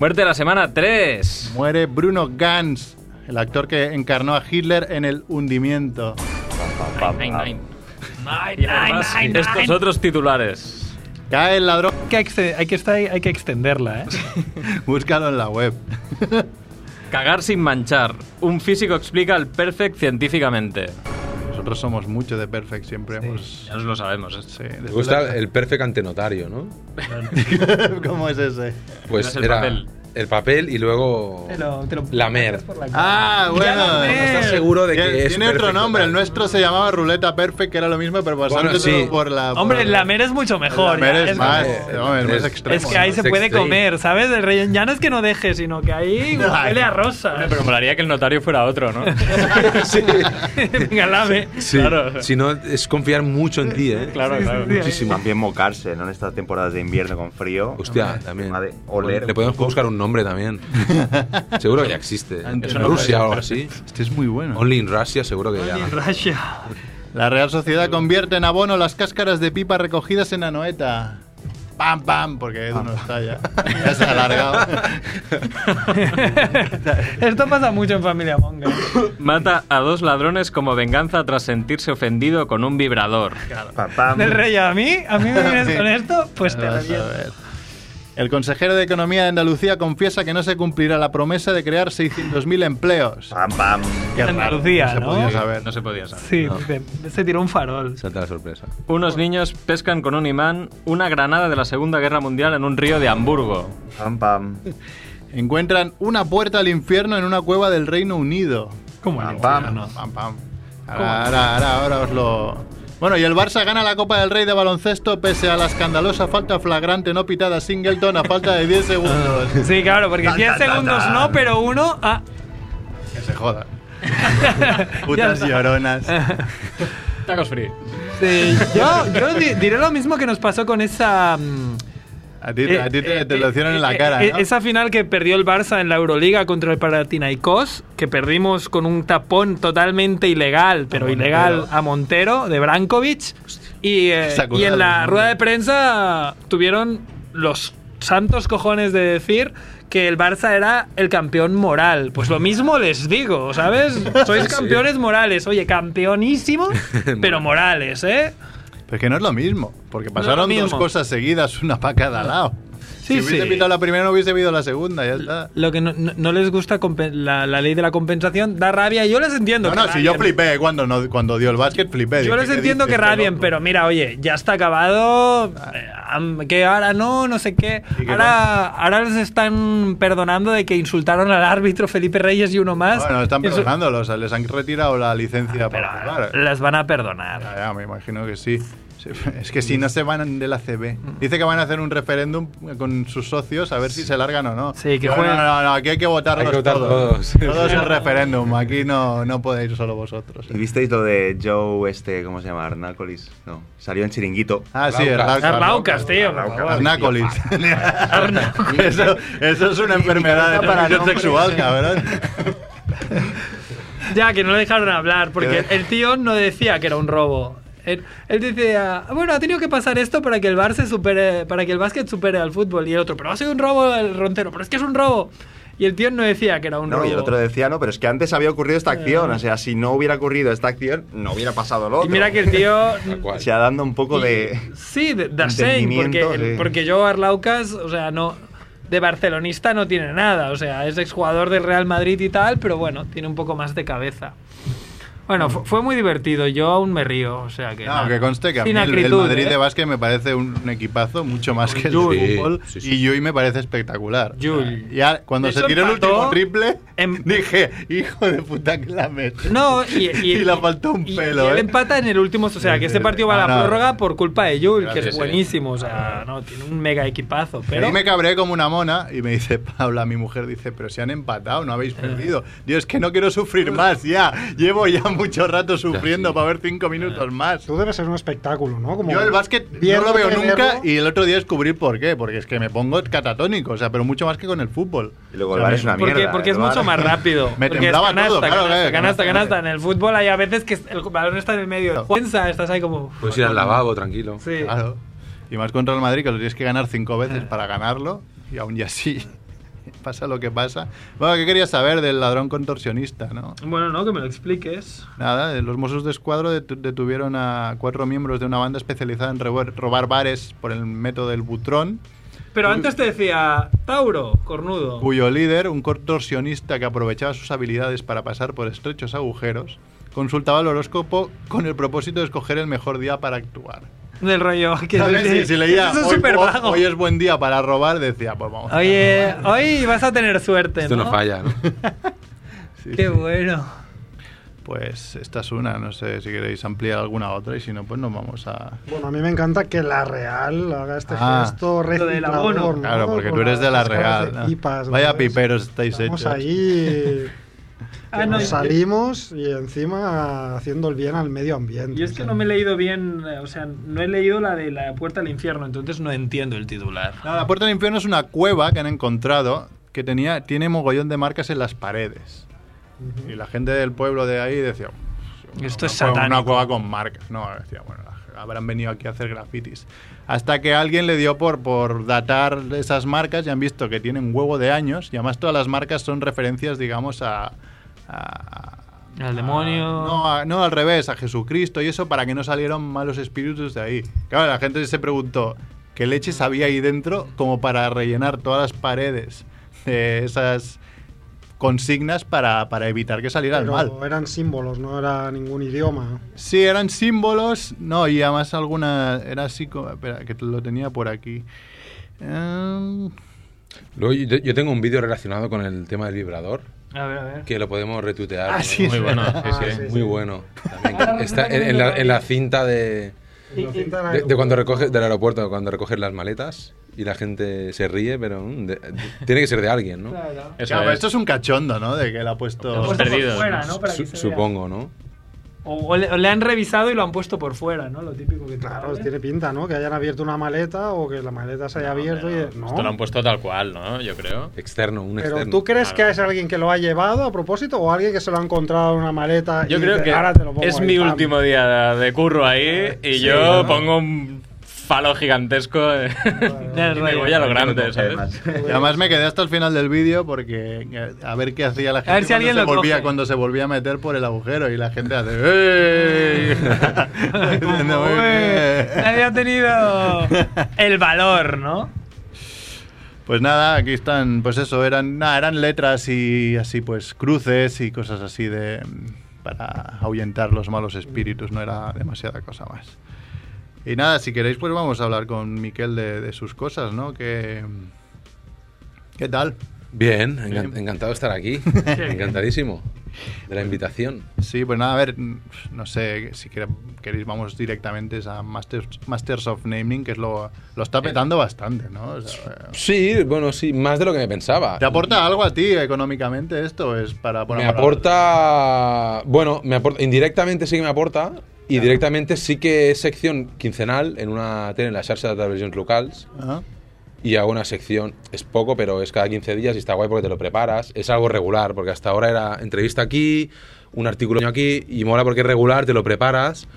[SPEAKER 4] Muerte de la semana 3.
[SPEAKER 1] Muere Bruno Gans, el actor que encarnó a Hitler en el hundimiento.
[SPEAKER 6] Pam, pam.
[SPEAKER 4] Y además, estos otros titulares.
[SPEAKER 1] Cae el ladrón. [laughs]
[SPEAKER 3] Hay que exte- hay que estar- hay que extenderla, ¿eh?
[SPEAKER 1] Búscalo en la web.
[SPEAKER 4] Cagar sin manchar. Un físico explica el perfect científicamente.
[SPEAKER 1] Nosotros somos mucho de Perfect, siempre hemos.
[SPEAKER 4] Ya nos lo sabemos. esto.
[SPEAKER 1] Sí,
[SPEAKER 2] Me
[SPEAKER 1] después
[SPEAKER 2] gusta
[SPEAKER 1] la- [laughs]
[SPEAKER 2] el perfect antenotario, ¿no?
[SPEAKER 1] ¿Cómo es ese?
[SPEAKER 2] Pues
[SPEAKER 4] Eras el
[SPEAKER 2] era,
[SPEAKER 4] papel.
[SPEAKER 2] el papel y luego
[SPEAKER 3] Te lo, te lo
[SPEAKER 2] [laughs] Lamer.
[SPEAKER 3] por la cara.
[SPEAKER 1] Ah, bueno.
[SPEAKER 3] Ya lo sé.
[SPEAKER 2] estás seguro de que
[SPEAKER 1] Tiene,
[SPEAKER 2] es
[SPEAKER 1] tiene otro
[SPEAKER 2] perfecto,
[SPEAKER 1] nombre,
[SPEAKER 2] tal.
[SPEAKER 1] el nuestro se llamaba Ruleta Perfect, que era lo mismo, pero
[SPEAKER 2] Bueno,
[SPEAKER 1] pasándote
[SPEAKER 2] sí.
[SPEAKER 1] por la. por-
[SPEAKER 3] Hombre, la mer es mucho mejor.
[SPEAKER 1] Lamer
[SPEAKER 3] ya,
[SPEAKER 1] es
[SPEAKER 3] es
[SPEAKER 1] más,
[SPEAKER 3] como-
[SPEAKER 2] como-
[SPEAKER 1] hombre, es más
[SPEAKER 2] Ah, eh, Es-
[SPEAKER 1] extremo.
[SPEAKER 3] Es que ahí
[SPEAKER 2] ¿no?
[SPEAKER 3] se
[SPEAKER 2] Es
[SPEAKER 3] puede
[SPEAKER 2] extremo.
[SPEAKER 3] comer, ¿sabes? El relleno ya no es que no deje, sino
[SPEAKER 1] [laughs]
[SPEAKER 3] que ahí huele a rosas.
[SPEAKER 4] Pero molaría que el notario fuera otro, ¿no?
[SPEAKER 2] Sí.
[SPEAKER 3] Venga, lame.
[SPEAKER 2] Sí.
[SPEAKER 4] Claro.
[SPEAKER 2] Si no, es confiar mucho en ti, ¿eh?
[SPEAKER 4] Claro, claro.
[SPEAKER 6] Muchísimo. También mocarse, ¿no? En estas temporadas de invierno con frío.
[SPEAKER 2] Hostia, también.
[SPEAKER 6] Madre, oler.
[SPEAKER 2] Le podemos buscar un nombre también. seguro que ya existe.
[SPEAKER 1] Antes
[SPEAKER 2] en
[SPEAKER 1] no
[SPEAKER 2] Rusia o algo así.
[SPEAKER 1] Este es muy bueno.
[SPEAKER 2] Only in Russia, seguro que ya.
[SPEAKER 3] En Russia.
[SPEAKER 1] La Real Sociedad convierte en abono las cáscaras de pipa recogidas en Anoeta. Pam, pam, porque Edu no está [laughs] ya. Ya se ha alargado.
[SPEAKER 3] Esto pasa mucho en Familia Monga.
[SPEAKER 4] Mata a dos ladrones como venganza tras sentirse ofendido con un vibrador.
[SPEAKER 6] Pam, pam.
[SPEAKER 3] Del rey a mí, a mí me vienes con esto, [laughs] pues te
[SPEAKER 1] Vamos a
[SPEAKER 3] reviento.
[SPEAKER 1] ver. El consejero de Economía de Andalucía confiesa que no se cumplirá la promesa de crear 600.000 empleos.
[SPEAKER 6] Pam, pam.
[SPEAKER 1] Qué raro,
[SPEAKER 3] Andalucía,
[SPEAKER 1] se
[SPEAKER 3] ¿no?
[SPEAKER 1] podía saber.
[SPEAKER 4] No se podía saber.
[SPEAKER 3] Sí, te- se tiró un farol.
[SPEAKER 2] Salta la sorpresa.
[SPEAKER 4] Unos niños pescan con un imán una granada de la Segunda Guerra Mundial en un río de Hamburgo.
[SPEAKER 1] [laughs]
[SPEAKER 6] Pam, pam.
[SPEAKER 1] Encuentran una puerta al infierno en una cueva del Reino Unido.
[SPEAKER 3] ¿Cómo
[SPEAKER 6] Pam,
[SPEAKER 3] no?
[SPEAKER 6] pam.
[SPEAKER 1] No, pam, pam. Ahora, ahora, ahora, ahora os lo... Bueno, y el Barça gana la Copa del Rey de baloncesto pese a la escandalosa falta flagrante no pitada a Singleton a falta de 10 segundos.
[SPEAKER 3] Sí, claro, porque
[SPEAKER 6] Tan,
[SPEAKER 3] 10
[SPEAKER 6] tan, tan,
[SPEAKER 3] segundos
[SPEAKER 6] tan.
[SPEAKER 3] no, pero uno. Ah,
[SPEAKER 1] [laughs] Que se joda.
[SPEAKER 3] Ya
[SPEAKER 1] Putas
[SPEAKER 3] está.
[SPEAKER 1] lloronas.
[SPEAKER 4] Tacos free.
[SPEAKER 3] sí. Yo, yo di- diré lo mismo que nos pasó con esa. mm,
[SPEAKER 1] A ti, te- a ti te,
[SPEAKER 3] Eh,
[SPEAKER 1] te lo
[SPEAKER 3] eh,
[SPEAKER 1] hicieron en
[SPEAKER 3] eh,
[SPEAKER 1] la cara,
[SPEAKER 3] eh,
[SPEAKER 1] ¿no?
[SPEAKER 3] Esa final que perdió el Barça en la Euroliga contra el Paratinaicos, que perdimos con un tapón totalmente ilegal, pero ilegal a Montero, de Brankovic. Y, eh,
[SPEAKER 1] Sacudada
[SPEAKER 3] y en
[SPEAKER 1] del
[SPEAKER 3] la
[SPEAKER 1] mundo.
[SPEAKER 3] rueda de prensa tuvieron los santos cojones de decir que el Barça era el campeón moral. Pues lo mismo les
[SPEAKER 1] [laughs]
[SPEAKER 3] digo, ¿sabes? Sois
[SPEAKER 2] Sí.
[SPEAKER 3] campeones morales. Oye, campeonísimos, pero morales, ¿eh?
[SPEAKER 1] Pero es que no es lo mismo, porque
[SPEAKER 3] es lo
[SPEAKER 1] pasaron dos
[SPEAKER 3] mismo.
[SPEAKER 1] cosas seguidas, una para cada lado. si
[SPEAKER 3] Sí,
[SPEAKER 1] hubiese
[SPEAKER 3] sí.
[SPEAKER 1] pitado la primera, no hubiese habido la segunda, ya está.
[SPEAKER 3] Lo que no, no- no les gusta compen- la, la ley de la compensación da rabia. Yo les entiendo.
[SPEAKER 1] No,
[SPEAKER 3] que
[SPEAKER 1] no, si yo
[SPEAKER 3] rabien.
[SPEAKER 1] flipé cuando, no, cuando dio el básquet, flipé.
[SPEAKER 3] Yo
[SPEAKER 1] Dije,
[SPEAKER 3] les
[SPEAKER 1] ¿qué
[SPEAKER 3] entiendo que
[SPEAKER 1] dices, este
[SPEAKER 3] rabien,
[SPEAKER 1] loco?
[SPEAKER 3] pero mira, oye, ya está acabado. eh, am- Que ahora no, no sé qué.
[SPEAKER 1] Y que
[SPEAKER 3] Ahora, ahora les están perdonando de que insultaron al árbitro Felipe Reyes y uno más.
[SPEAKER 1] Bueno, están
[SPEAKER 3] Insu-
[SPEAKER 1] perdonándolos, o sea, les han retirado la licencia
[SPEAKER 3] Ah, Pero
[SPEAKER 1] para jugar.
[SPEAKER 3] las van a perdonar.
[SPEAKER 1] Ya, ya, me imagino que sí. Sí, Es que si no se van de la CB. Dice que van a hacer un referéndum con sus socios a ver si se largan o no.
[SPEAKER 3] Sí, que
[SPEAKER 1] no,
[SPEAKER 3] jueguen.
[SPEAKER 1] No, no, no, aquí hay que votarlos
[SPEAKER 2] Hay que votar
[SPEAKER 1] todos.
[SPEAKER 2] todos.
[SPEAKER 1] Todos el referéndum, aquí no, no podéis solo vosotros.
[SPEAKER 6] ¿Y visteis lo de Joe, este, ¿cómo se llama? Arnácolis. No, salió en Chiringuito.
[SPEAKER 1] Ah, sí,
[SPEAKER 2] Arlaucas.
[SPEAKER 1] Arlaucas.
[SPEAKER 3] Arlaucas, tío. por
[SPEAKER 6] Arlaucas.
[SPEAKER 3] favor.
[SPEAKER 1] Arnácolis. [laughs] eso, eso es una enfermedad de
[SPEAKER 6] Para
[SPEAKER 1] transmisión
[SPEAKER 6] nombres.
[SPEAKER 1] sexual, cabrón.
[SPEAKER 3] Ya, que no le dejaron hablar, porque
[SPEAKER 1] Que-
[SPEAKER 3] el tío no decía que era un robo. Él, él decía, bueno, ha tenido que pasar esto para que el Barça supere, para que el básquet supere al fútbol. Y el otro, pero ha sido un robo el rontero, pero es que es un robo. Y el tío no decía que era un
[SPEAKER 6] No,
[SPEAKER 3] robo.
[SPEAKER 6] y el otro decía, no, pero es que antes había ocurrido esta acción. O sea, si no hubiera ocurrido esta acción, no hubiera pasado lo otro.
[SPEAKER 3] Y mira que el tío.
[SPEAKER 6] [laughs]
[SPEAKER 2] Tal cual.
[SPEAKER 6] O sea, dando un poco de...
[SPEAKER 3] sí, de, de Arsène, porque,
[SPEAKER 6] Entendimiento, sí.
[SPEAKER 3] porque yo, Arlaucas, o sea, no. De barcelonista no tiene nada, o sea, es exjugador del Real Madrid y tal, pero bueno, tiene un poco más de cabeza. Bueno, fu- fue muy divertido, yo aún me río, o sea que.
[SPEAKER 1] No,
[SPEAKER 3] nada.
[SPEAKER 1] que conste que a mí
[SPEAKER 3] Sin
[SPEAKER 1] el- el,
[SPEAKER 3] acritud,
[SPEAKER 1] Madrid
[SPEAKER 3] ¿eh?
[SPEAKER 1] de básquet me parece un, un equipazo, mucho más que el de
[SPEAKER 2] Yul.
[SPEAKER 1] fútbol.
[SPEAKER 2] Sí, sí, sí.
[SPEAKER 1] Y Yui me parece espectacular.
[SPEAKER 3] Yul.
[SPEAKER 1] Y ahora, cuando
[SPEAKER 3] De
[SPEAKER 1] se
[SPEAKER 3] hecho,
[SPEAKER 1] tiró el
[SPEAKER 3] empató
[SPEAKER 1] último triple, [laughs]
[SPEAKER 3] en-
[SPEAKER 1] dije, hijo de puta que la mete.
[SPEAKER 3] No,
[SPEAKER 1] [laughs]
[SPEAKER 3] y, y,
[SPEAKER 1] Y le faltó un
[SPEAKER 3] y-
[SPEAKER 1] pelo,
[SPEAKER 3] y él
[SPEAKER 1] ¿eh?
[SPEAKER 3] empata en el último, o sea, que este partido va a
[SPEAKER 1] Ah, No,
[SPEAKER 3] la
[SPEAKER 1] no.
[SPEAKER 3] prórroga por culpa de Yul, que
[SPEAKER 2] Sí,
[SPEAKER 3] es
[SPEAKER 2] sí.
[SPEAKER 3] buenísimo, o sea, no, tiene un mega equipazo,
[SPEAKER 1] Y
[SPEAKER 3] pero
[SPEAKER 1] me cabré como una mona y me dice Paula, mi mujer dice, pero si han empatado, no
[SPEAKER 3] Eh.
[SPEAKER 1] habéis perdido. Yo es que no quiero sufrir
[SPEAKER 3] Pues-
[SPEAKER 1] más ya. Llevo ya mucho rato sufriendo
[SPEAKER 2] sí.
[SPEAKER 1] para ver cinco
[SPEAKER 3] Eh.
[SPEAKER 1] minutos más.
[SPEAKER 5] Tú debes ser un espectáculo, ¿no? Como
[SPEAKER 1] Yo el básquet no lo
[SPEAKER 5] viéndote
[SPEAKER 1] veo nunca
[SPEAKER 5] verlo.
[SPEAKER 1] y el otro día descubrí por qué, porque es que me pongo catatónico, o sea, pero mucho más que con el fútbol.
[SPEAKER 6] Y luego
[SPEAKER 1] O
[SPEAKER 6] el
[SPEAKER 1] sea,
[SPEAKER 6] bar es una
[SPEAKER 3] porque,
[SPEAKER 6] mierda.
[SPEAKER 3] porque
[SPEAKER 6] el
[SPEAKER 3] es mucho
[SPEAKER 6] bar-
[SPEAKER 3] más rápido.
[SPEAKER 1] [laughs] Me
[SPEAKER 3] Porque es
[SPEAKER 1] temblaba
[SPEAKER 3] canasta,
[SPEAKER 1] todo, claro,
[SPEAKER 3] canasta,
[SPEAKER 1] claro, canasta.
[SPEAKER 3] canasta, canasta. En el fútbol hay a veces que el balón está en el medio. Juanza, estás ahí como...
[SPEAKER 2] Puedes ir al lavabo, tranquilo.
[SPEAKER 3] Sí.
[SPEAKER 1] Claro. Y más contra el Madrid, que lo tienes que ganar cinco veces para ganarlo, y aún y así [laughs] pasa lo que pasa. Bueno, ¿qué querías saber del ladrón contorsionista, no?
[SPEAKER 3] Bueno, no, que me lo expliques.
[SPEAKER 1] Nada, eh, los Mossos de Escuadro detu- detuvieron a cuatro miembros de una banda especializada en robar, robar bares por el método del butrón,
[SPEAKER 3] Pero antes te decía, Tauro, cornudo.
[SPEAKER 1] cuyo líder, un contorsionista que aprovechaba sus habilidades para pasar por estrechos agujeros, consultaba el horóscopo con el propósito de escoger el mejor día para actuar.
[SPEAKER 3] Del rollo.
[SPEAKER 1] [laughs]
[SPEAKER 3] Que
[SPEAKER 1] ¿Sabes? Si, si leía
[SPEAKER 3] Eso es
[SPEAKER 1] hoy,
[SPEAKER 3] súper
[SPEAKER 1] hoy-
[SPEAKER 3] vago.
[SPEAKER 1] hoy es buen día para robar, decía, pues vamos. a
[SPEAKER 3] Oye, hoy vas a tener suerte,
[SPEAKER 2] Esto
[SPEAKER 3] ¿no?
[SPEAKER 2] no falla, ¿no?
[SPEAKER 1] Sí,
[SPEAKER 3] Qué
[SPEAKER 1] sí.
[SPEAKER 3] bueno.
[SPEAKER 1] Pues esta es una, no sé si queréis ampliar alguna otra y si no, pues nos vamos a...
[SPEAKER 5] Bueno, a mí me encanta que la Real haga este
[SPEAKER 1] Ah.
[SPEAKER 5] gesto
[SPEAKER 3] del
[SPEAKER 5] reciclador,
[SPEAKER 3] abono.
[SPEAKER 5] ¿no?
[SPEAKER 1] Claro, porque
[SPEAKER 5] Con
[SPEAKER 1] tú eres de la
[SPEAKER 5] las caras
[SPEAKER 1] Real.
[SPEAKER 5] de
[SPEAKER 1] ¿no?
[SPEAKER 5] pipas, ¿no
[SPEAKER 1] Vaya
[SPEAKER 5] ves?
[SPEAKER 1] piperos estáis
[SPEAKER 5] Estamos
[SPEAKER 1] hechos. [laughs]
[SPEAKER 5] ahí.
[SPEAKER 3] Ah, no,
[SPEAKER 5] nos
[SPEAKER 3] yo-
[SPEAKER 5] salimos y encima haciendo el bien al medio ambiente.
[SPEAKER 3] Yo es que no me he leído bien, eh, o sea, no he leído la de la puerta al infierno, entonces no entiendo el titular.
[SPEAKER 1] No, la Puerta del Infierno es una cueva que han encontrado que tenía, tiene mogollón de marcas en las paredes. Y la gente del pueblo de ahí decía...
[SPEAKER 3] Esto
[SPEAKER 1] una
[SPEAKER 3] es
[SPEAKER 1] cueva-
[SPEAKER 3] satánico.
[SPEAKER 1] Una cueva con marcas. No, decía, bueno, la- habrán venido aquí a hacer grafitis. Hasta que alguien le dio por, por datar esas marcas y han visto que tienen huevo de años. Y además todas las marcas son referencias, digamos, a... a-
[SPEAKER 3] Al demonio.
[SPEAKER 1] a- Ah, no, a- no, al revés, a Jesucristo y eso para que no salieran malos espíritus de ahí. Claro, la gente se preguntó qué leches había ahí dentro como para rellenar todas las paredes de esas consignas para, para evitar que saliera el
[SPEAKER 5] Pero eh,
[SPEAKER 1] mal.
[SPEAKER 5] eran símbolos, no era ningún idioma.
[SPEAKER 1] Sí, eran símbolos. No, y además alguna. Era así. como- Espera, que lo tenía por aquí. Em,
[SPEAKER 2] Luego yo, yo tengo un vídeo relacionado con el tema del vibrador
[SPEAKER 3] A ver, a ver.
[SPEAKER 2] que lo podemos retuitear.
[SPEAKER 1] Ah,
[SPEAKER 2] ¿no?
[SPEAKER 1] sí,
[SPEAKER 4] Muy
[SPEAKER 1] es [laughs]
[SPEAKER 4] bueno,
[SPEAKER 1] verdad.
[SPEAKER 4] sí,
[SPEAKER 5] Ah,
[SPEAKER 4] sí.
[SPEAKER 5] sí.
[SPEAKER 2] Muy bueno. también. Está en, en la, en la cinta de,
[SPEAKER 5] Lo pintan
[SPEAKER 2] de,
[SPEAKER 5] ahí.
[SPEAKER 2] de cuando recoges del aeropuerto, cuando recoges las maletas y la gente se ríe, pero mm, de- tiene que ser de alguien, ¿no?
[SPEAKER 3] Claro.
[SPEAKER 4] Eso
[SPEAKER 1] Claro, pero
[SPEAKER 4] es.
[SPEAKER 1] esto es un cachondo, ¿no? De que le ha
[SPEAKER 4] Lo
[SPEAKER 1] puesto.
[SPEAKER 4] hemos perdido.
[SPEAKER 3] fuera, ¿no? Para que
[SPEAKER 2] Su-
[SPEAKER 3] se vea.
[SPEAKER 2] supongo, ¿no?
[SPEAKER 3] O, o le, o le han revisado y lo han puesto por fuera, ¿no? Lo típico que te
[SPEAKER 5] Claro,
[SPEAKER 3] sale.
[SPEAKER 5] tiene pinta, ¿no? Que hayan abierto una maleta o que la maleta se haya abierto
[SPEAKER 4] Pero
[SPEAKER 5] y... No.
[SPEAKER 4] Esto lo han puesto tal cual, ¿no? Yo creo.
[SPEAKER 2] Externo, un
[SPEAKER 5] Pero
[SPEAKER 2] externo.
[SPEAKER 5] ¿tú crees
[SPEAKER 4] Claro.
[SPEAKER 5] que es alguien que lo ha llevado a propósito o alguien que se lo ha encontrado en una maleta?
[SPEAKER 4] Yo
[SPEAKER 5] y
[SPEAKER 4] creo
[SPEAKER 5] dice,
[SPEAKER 4] que
[SPEAKER 5] "Ahora te lo pongo
[SPEAKER 4] es
[SPEAKER 5] ahí,
[SPEAKER 4] mi
[SPEAKER 5] pam"?
[SPEAKER 4] último día de curro ahí y
[SPEAKER 5] Sí,
[SPEAKER 4] yo
[SPEAKER 5] ¿no?
[SPEAKER 4] pongo un falo gigantesco eh, [laughs]
[SPEAKER 3] Del
[SPEAKER 4] y me
[SPEAKER 3] rollo.
[SPEAKER 4] voy a lo grande,
[SPEAKER 6] Grandes,
[SPEAKER 4] ¿sabes?
[SPEAKER 3] [laughs]
[SPEAKER 1] Y además me quedé hasta el final del vídeo porque eh, a ver qué hacía la gente
[SPEAKER 3] ver si
[SPEAKER 1] cuando,
[SPEAKER 3] alguien
[SPEAKER 1] se
[SPEAKER 3] lo
[SPEAKER 1] volvía,
[SPEAKER 3] coge.
[SPEAKER 1] cuando se volvía a meter por el agujero y la gente
[SPEAKER 3] [laughs]
[SPEAKER 1] hace ¡Ey! [laughs] Diciendo,
[SPEAKER 3] [laughs] Como, "Ué,
[SPEAKER 1] "Ué".
[SPEAKER 3] Había tenido el valor, ¿no?
[SPEAKER 1] Pues nada, aquí están, pues eso, eran, nada, eran letras y así pues cruces y cosas así de para ahuyentar los malos espíritus, no era demasiada cosa más. Y nada, si queréis pues vamos a hablar con Miquel de, de sus cosas, ¿no? Que, ¿Qué tal?
[SPEAKER 2] Bien, enga-
[SPEAKER 1] Bien.
[SPEAKER 2] encantado de
[SPEAKER 1] [laughs]
[SPEAKER 2] estar aquí. Encantadísimo de la invitación.
[SPEAKER 1] Sí, pues nada, a ver, mm, no sé, si quere- queréis vamos directamente a Masters, Masters of Naming, que es lo, lo está petando bastante, ¿no? O sea,
[SPEAKER 2] Sí, bueno, sí, más de lo que me pensaba.
[SPEAKER 1] ¿Te aporta algo a ti económicamente esto? Es para, bueno,
[SPEAKER 2] me
[SPEAKER 1] para-
[SPEAKER 2] aporta. Bueno, me aporta. Indirectamente sí que me aporta. Y directamente sí que es sección quincenal en una tele, en la xarxa de televisions locals.
[SPEAKER 1] Ajá.
[SPEAKER 2] Y hago una sección, es poco, pero es cada 15 días y está guay porque te lo preparas. Es algo regular, porque hasta ahora era entrevista aquí, un artículo aquí, y mola porque es regular, te lo preparas.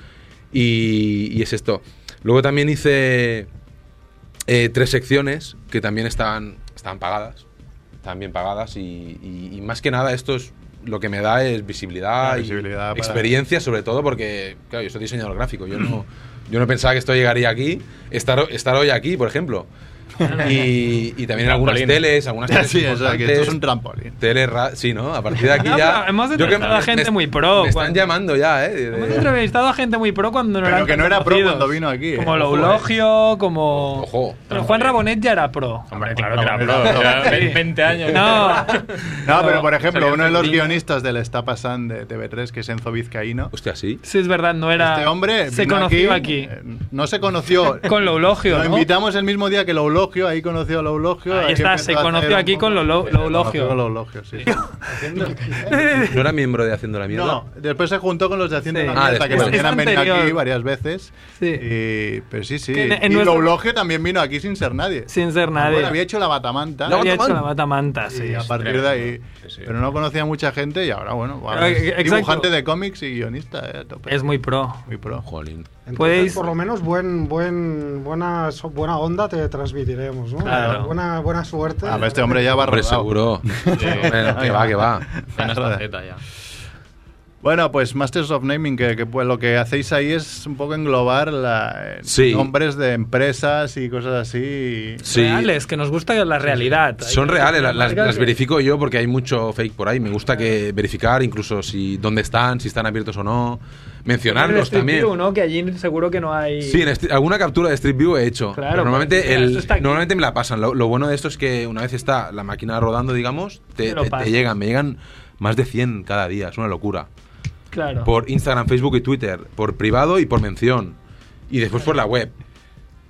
[SPEAKER 2] Y, y es esto. Luego también hice eh, tres secciones que también estaban, estaban pagadas. Están bien pagadas y, y- y más que nada esto es lo que me da es visibilidad,
[SPEAKER 1] La
[SPEAKER 2] y
[SPEAKER 1] visibilidad para-
[SPEAKER 2] experiencia sobre todo porque claro yo soy diseñador gráfico
[SPEAKER 1] [clears throat]
[SPEAKER 2] yo no yo no pensaba que esto llegaría aquí estar, estar hoy aquí por ejemplo [laughs] y, y también en algunas
[SPEAKER 4] Trampolín.
[SPEAKER 2] teles algunas
[SPEAKER 1] [laughs]
[SPEAKER 2] teles
[SPEAKER 1] Sí, o sea, que esto es un
[SPEAKER 2] importantes,
[SPEAKER 1] trampolín.
[SPEAKER 2] tele ra- sí no a partir de aquí
[SPEAKER 3] No,
[SPEAKER 2] ya
[SPEAKER 3] pero hemos
[SPEAKER 2] yo
[SPEAKER 3] entrevistado
[SPEAKER 2] me-
[SPEAKER 3] a gente
[SPEAKER 2] me-
[SPEAKER 3] muy pro,
[SPEAKER 2] me están
[SPEAKER 3] cuando-
[SPEAKER 2] llamando ya eh de-
[SPEAKER 3] Hemos entrevistado a gente muy pro cuando no
[SPEAKER 1] Pero
[SPEAKER 3] eran
[SPEAKER 1] que
[SPEAKER 3] tan
[SPEAKER 1] no era pro
[SPEAKER 3] conocidos.
[SPEAKER 1] cuando vino aquí,
[SPEAKER 3] Como
[SPEAKER 1] eh. Ojo,
[SPEAKER 3] Loulogio, como.
[SPEAKER 2] Ojo.
[SPEAKER 3] Pero Juan Rabonet ya era pro.
[SPEAKER 4] Hombre, claro que era
[SPEAKER 1] Hombre,
[SPEAKER 4] pro.
[SPEAKER 1] claro.
[SPEAKER 4] lleva 20 años.
[SPEAKER 1] [laughs]
[SPEAKER 3] No.
[SPEAKER 1] No, pero por ejemplo,
[SPEAKER 4] Sería
[SPEAKER 1] uno de los
[SPEAKER 4] Fernandinho.
[SPEAKER 1] guionistas del Estapasan de TV3, que es Enzo Vizcaíno,
[SPEAKER 2] hostia sí
[SPEAKER 3] Sí, es verdad, no era.
[SPEAKER 1] este hombre
[SPEAKER 3] Se
[SPEAKER 1] vino
[SPEAKER 3] conoció aquí.
[SPEAKER 1] eh, no se conoció.
[SPEAKER 3] [laughs] Con Loulogio,
[SPEAKER 1] Lo
[SPEAKER 3] ¿no?
[SPEAKER 1] invitamos el mismo día que Loulogio, ahí conoció a Loulogio.
[SPEAKER 3] Ahí
[SPEAKER 1] ahí
[SPEAKER 3] está,
[SPEAKER 1] empezó
[SPEAKER 3] se
[SPEAKER 1] a
[SPEAKER 3] conoció
[SPEAKER 1] hacer un
[SPEAKER 3] aquí
[SPEAKER 1] poco-
[SPEAKER 3] con Lolo-
[SPEAKER 1] Sí, se conoció
[SPEAKER 3] Loulogio.
[SPEAKER 1] con Loulogio, sí.
[SPEAKER 3] [laughs]
[SPEAKER 2] no era miembro de haciendo la mierda
[SPEAKER 1] No, después se juntó con los de Hacienda
[SPEAKER 3] Sí.
[SPEAKER 1] la
[SPEAKER 2] Ah,
[SPEAKER 1] Mierda, que
[SPEAKER 2] después.
[SPEAKER 1] también
[SPEAKER 3] Es
[SPEAKER 1] han venido
[SPEAKER 3] anterior.
[SPEAKER 1] aquí varias veces.
[SPEAKER 3] Sí.
[SPEAKER 1] Y- pero sí, sí.
[SPEAKER 3] Que en- en
[SPEAKER 1] y
[SPEAKER 3] nuestro-
[SPEAKER 1] Loulogio también vino aquí sin ser nadie.
[SPEAKER 3] Sin ser
[SPEAKER 1] Ah, Bueno,
[SPEAKER 3] nadie.
[SPEAKER 1] había hecho la batamanta.
[SPEAKER 2] La
[SPEAKER 3] Había hecho
[SPEAKER 2] Batamanta.
[SPEAKER 3] la batamanta, sí.
[SPEAKER 1] Y a partir de ahí. Pero no conocía mucha gente y ahora, bueno, ahora
[SPEAKER 3] Pero,
[SPEAKER 1] es
[SPEAKER 3] eh, exacto.
[SPEAKER 1] dibujante de cómics y guionista. eh, a tope.
[SPEAKER 3] Es muy pro.
[SPEAKER 1] Muy pro.
[SPEAKER 2] Jolín.
[SPEAKER 5] Entonces,
[SPEAKER 3] Podéis-
[SPEAKER 5] por lo menos buen, buen, buena, so- buena onda te transmitiremos, ¿no?
[SPEAKER 3] Claro.
[SPEAKER 5] Buena, buena suerte.
[SPEAKER 1] A ver, este hombre ya va [laughs]
[SPEAKER 2] Hombre,
[SPEAKER 1] rodado.
[SPEAKER 2] seguro. Hombre, no, que va, que va.
[SPEAKER 4] Con esta Z ya.
[SPEAKER 1] Bueno, pues Masters of Naming, que, que, pues, lo que hacéis ahí es un poco englobar la, eh,
[SPEAKER 2] Sí.
[SPEAKER 1] nombres de empresas y cosas así.
[SPEAKER 2] Sí.
[SPEAKER 3] Reales, que nos gusta la realidad. Hay
[SPEAKER 2] Son
[SPEAKER 3] que-
[SPEAKER 2] reales, la- las,
[SPEAKER 3] marcas
[SPEAKER 2] las
[SPEAKER 3] que-
[SPEAKER 2] verifico yo porque hay mucho fake por ahí. Me gusta que verificar incluso si dónde están, si están abiertos o no.
[SPEAKER 3] En
[SPEAKER 2] Mencionarlos
[SPEAKER 3] Street
[SPEAKER 2] también.
[SPEAKER 3] View, ¿no? Que allí seguro que no hay.
[SPEAKER 2] Sí, en Street- alguna captura de Street View he hecho.
[SPEAKER 3] Claro,
[SPEAKER 2] Pero normalmente,
[SPEAKER 3] porque, mira,
[SPEAKER 2] el-
[SPEAKER 3] esto está aquí.
[SPEAKER 2] normalmente me la pasan. Lo, lo bueno de esto es que una vez está la máquina rodando, digamos, te,
[SPEAKER 3] Te lo
[SPEAKER 2] te- te
[SPEAKER 3] pasan.
[SPEAKER 2] llegan. Me llegan más de 100 cada día. Es una locura.
[SPEAKER 3] claro.
[SPEAKER 2] Por Instagram, Facebook y Twitter. Por privado y por mención. Y después por la web.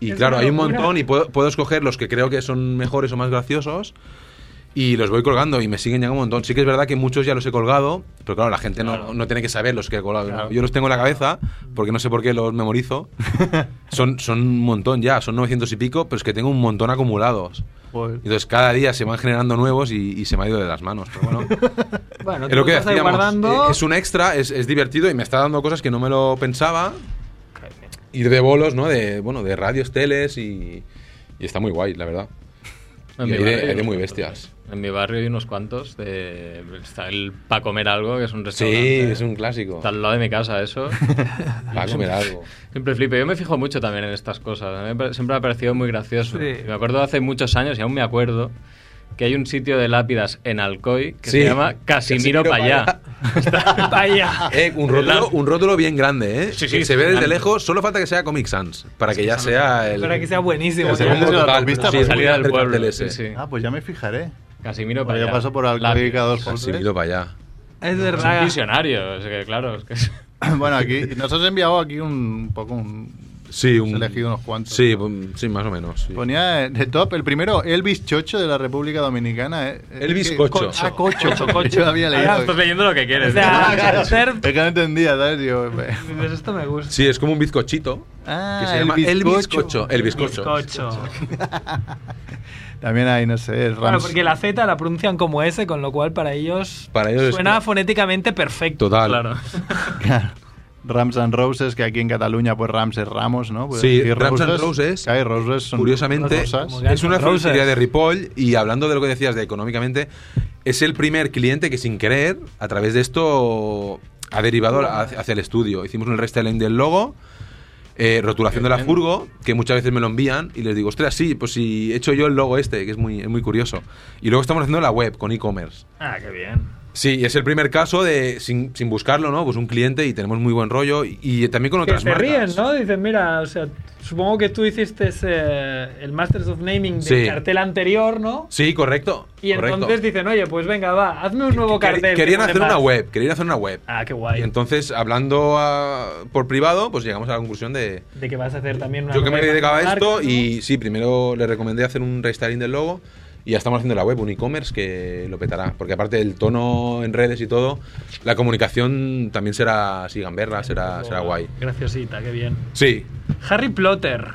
[SPEAKER 2] Y
[SPEAKER 3] Es
[SPEAKER 2] claro,
[SPEAKER 3] una
[SPEAKER 2] hay un
[SPEAKER 3] locura.
[SPEAKER 2] montón y puedo, puedo escoger los que creo que son mejores o más graciosos. Y los voy colgando y me siguen ya un montón. Sí que es verdad que muchos ya los he colgado, pero claro, la gente no- No, tiene que saber los que he colgado. Yo los tengo en la cabeza porque no sé por qué
[SPEAKER 3] [laughs]
[SPEAKER 2] los memorizo. son, son un montón ya, son 900 y pico, pero es que tengo un montón acumulados.
[SPEAKER 1] Joder.
[SPEAKER 2] Entonces cada día se van generando nuevos y, y se me ha ido de las manos.
[SPEAKER 3] [laughs]
[SPEAKER 2] Pero bueno,
[SPEAKER 3] Bueno,
[SPEAKER 2] es lo que
[SPEAKER 3] tú vas ahí
[SPEAKER 2] decíamos.
[SPEAKER 3] guardando.
[SPEAKER 2] eh, Es un extra, es, es divertido y me está dando cosas que no me lo pensaba. Ir de bolos, ¿no? De, bueno, de radios, teles y, y está muy guay, la verdad.
[SPEAKER 4] En
[SPEAKER 2] Y
[SPEAKER 4] mi
[SPEAKER 2] hay de-
[SPEAKER 4] barrio
[SPEAKER 2] hay de
[SPEAKER 4] unos
[SPEAKER 2] muy
[SPEAKER 4] cuantos,
[SPEAKER 2] bestias.
[SPEAKER 4] eh. En mi barrio hay unos cuantos. De, está el Pa' Comer Algo, que es un
[SPEAKER 2] Sí,
[SPEAKER 4] restaurante.
[SPEAKER 2] es un clásico.
[SPEAKER 4] Está al lado de mi casa
[SPEAKER 2] [laughs]
[SPEAKER 4] eso.
[SPEAKER 2] Va a comer algo.
[SPEAKER 4] Siempre flipo. Yo me fijo mucho también en estas cosas. A mí me pare- siempre me ha parecido muy gracioso.
[SPEAKER 3] Sí.
[SPEAKER 4] Y Me acuerdo hace muchos años, y aún me acuerdo, que hay un sitio de lápidas en Alcoy que
[SPEAKER 2] Sí.
[SPEAKER 4] se llama Casimiro,
[SPEAKER 2] Casimiro pa'
[SPEAKER 4] Payá.
[SPEAKER 2] allá.
[SPEAKER 4] [laughs]
[SPEAKER 3] Vaya.
[SPEAKER 2] [laughs] [laughs] Eh, un, rótulo, un rótulo bien grande, ¿eh?
[SPEAKER 4] Sí, sí,
[SPEAKER 2] Que se ve desde
[SPEAKER 4] gigante.
[SPEAKER 2] lejos, solo falta que sea Comic Sans, para que ya sea el...
[SPEAKER 3] Para que sea buenísimo.
[SPEAKER 1] El
[SPEAKER 2] el
[SPEAKER 3] ¿no?
[SPEAKER 1] segundo-
[SPEAKER 2] bombo
[SPEAKER 1] de la
[SPEAKER 2] total,
[SPEAKER 1] autopista,
[SPEAKER 2] pero sí,
[SPEAKER 1] pues,
[SPEAKER 2] es muy
[SPEAKER 4] Salida del
[SPEAKER 2] grande el eh. cartel
[SPEAKER 4] pueblo.
[SPEAKER 2] ese.
[SPEAKER 4] Sí, sí.
[SPEAKER 1] Ah, pues ya me fijaré.
[SPEAKER 4] Casimiro
[SPEAKER 1] Bueno,
[SPEAKER 4] Payá.
[SPEAKER 1] yo paso por Alcoy
[SPEAKER 4] Lápidas.
[SPEAKER 1] cada dos por
[SPEAKER 2] Sí,
[SPEAKER 1] tres.
[SPEAKER 2] miro pa' allá.
[SPEAKER 3] Es
[SPEAKER 4] Es un
[SPEAKER 3] verdad.
[SPEAKER 4] visionario. es que, claro, es que es-
[SPEAKER 1] [laughs] Bueno, aquí nos has enviado aquí un, un poco un...
[SPEAKER 2] Sí,
[SPEAKER 1] Has elegido unos cuantos.
[SPEAKER 2] Sí, pum, sí, más o menos. sí.
[SPEAKER 1] Ponía eh, de top el primero, Elvis Chocho de la República Dominicana. eh. Eh,
[SPEAKER 2] Elvis
[SPEAKER 1] que-
[SPEAKER 2] Cocho.
[SPEAKER 1] Ah, Cocho. Yo había leído.
[SPEAKER 3] Ah,
[SPEAKER 4] Ahora estás leyendo lo que
[SPEAKER 3] O
[SPEAKER 4] quieres.
[SPEAKER 3] sea, Ah, [laughs] ser-
[SPEAKER 1] [laughs] Es que no entendía, ¿sabes?
[SPEAKER 3] [laughs]
[SPEAKER 1] Yo,
[SPEAKER 3] Pues esto me gusta.
[SPEAKER 2] Sí, es como un bizcochito.
[SPEAKER 1] Ah,
[SPEAKER 2] que se llama
[SPEAKER 1] el
[SPEAKER 2] El
[SPEAKER 1] bizcocho.
[SPEAKER 2] Bizcocho. El bizcocho.
[SPEAKER 3] Bizcocho.
[SPEAKER 1] También hay, no sé, el
[SPEAKER 3] Bueno,
[SPEAKER 1] Rams-
[SPEAKER 3] porque la Z la pronuncian como S, con lo cual para ellos,
[SPEAKER 2] Para ellos es-
[SPEAKER 3] suena fonéticamente perfecto.
[SPEAKER 2] Total.
[SPEAKER 4] Claro.
[SPEAKER 1] Claro. [laughs] Rams and Roses, que aquí en Cataluña, pues Rams es Ramos, ¿no? Pues
[SPEAKER 2] Sí,
[SPEAKER 1] decir
[SPEAKER 2] Rams and Roses,
[SPEAKER 1] que hay Roses son
[SPEAKER 2] Curiosamente,
[SPEAKER 1] rosas.
[SPEAKER 3] como Guns
[SPEAKER 2] es una
[SPEAKER 3] N' Roses.
[SPEAKER 2] frutería de Ripoll y hablando de lo que decías de económicamente, es el primer cliente que sin querer, a través de esto, ha derivado a- hacia el estudio. Hicimos un restyling del logo, eh, rotulación de la furgo, que muchas veces me lo envían y les digo, ostras, sí, pues si he hecho yo el logo este, que es muy, es muy curioso. Y luego estamos haciendo la web con e-commerce.
[SPEAKER 3] [laughs] Ah, qué bien.
[SPEAKER 2] Sí, y es el primer caso de, sin, sin buscarlo, ¿no? Pues un cliente y tenemos muy buen rollo y, y también con
[SPEAKER 3] Que
[SPEAKER 2] otras
[SPEAKER 3] se ríen,
[SPEAKER 2] marcas.
[SPEAKER 3] ¿no? Dicen, mira, o sea, supongo que tú hiciste ese- el Masters of Naming del
[SPEAKER 2] Sí.
[SPEAKER 3] cartel anterior, ¿no?
[SPEAKER 2] Sí, correcto.
[SPEAKER 3] Y
[SPEAKER 2] correcto.
[SPEAKER 3] entonces dicen, oye, pues venga, va, hazme un nuevo
[SPEAKER 2] Quer-
[SPEAKER 3] cartel.
[SPEAKER 2] Querían
[SPEAKER 3] que
[SPEAKER 2] hacer
[SPEAKER 3] mole
[SPEAKER 2] una
[SPEAKER 3] más".
[SPEAKER 2] web, querían hacer una web.
[SPEAKER 3] Ah, qué guay.
[SPEAKER 2] Y entonces, hablando a- por privado, pues llegamos a la conclusión de...
[SPEAKER 3] de que vas a hacer también una
[SPEAKER 2] Yo que me
[SPEAKER 3] nueva
[SPEAKER 2] dedicaba a
[SPEAKER 3] marca,
[SPEAKER 2] esto
[SPEAKER 3] ¿no?
[SPEAKER 2] y sí, primero le recomendé hacer un restyling del logo y ya estamos haciendo la web, un e-commerce que lo petará. Porque aparte el tono en redes y todo, la comunicación también será así gamberra, será, será guay.
[SPEAKER 3] Graciosita, qué bien.
[SPEAKER 2] Sí,
[SPEAKER 3] Harry Plotter.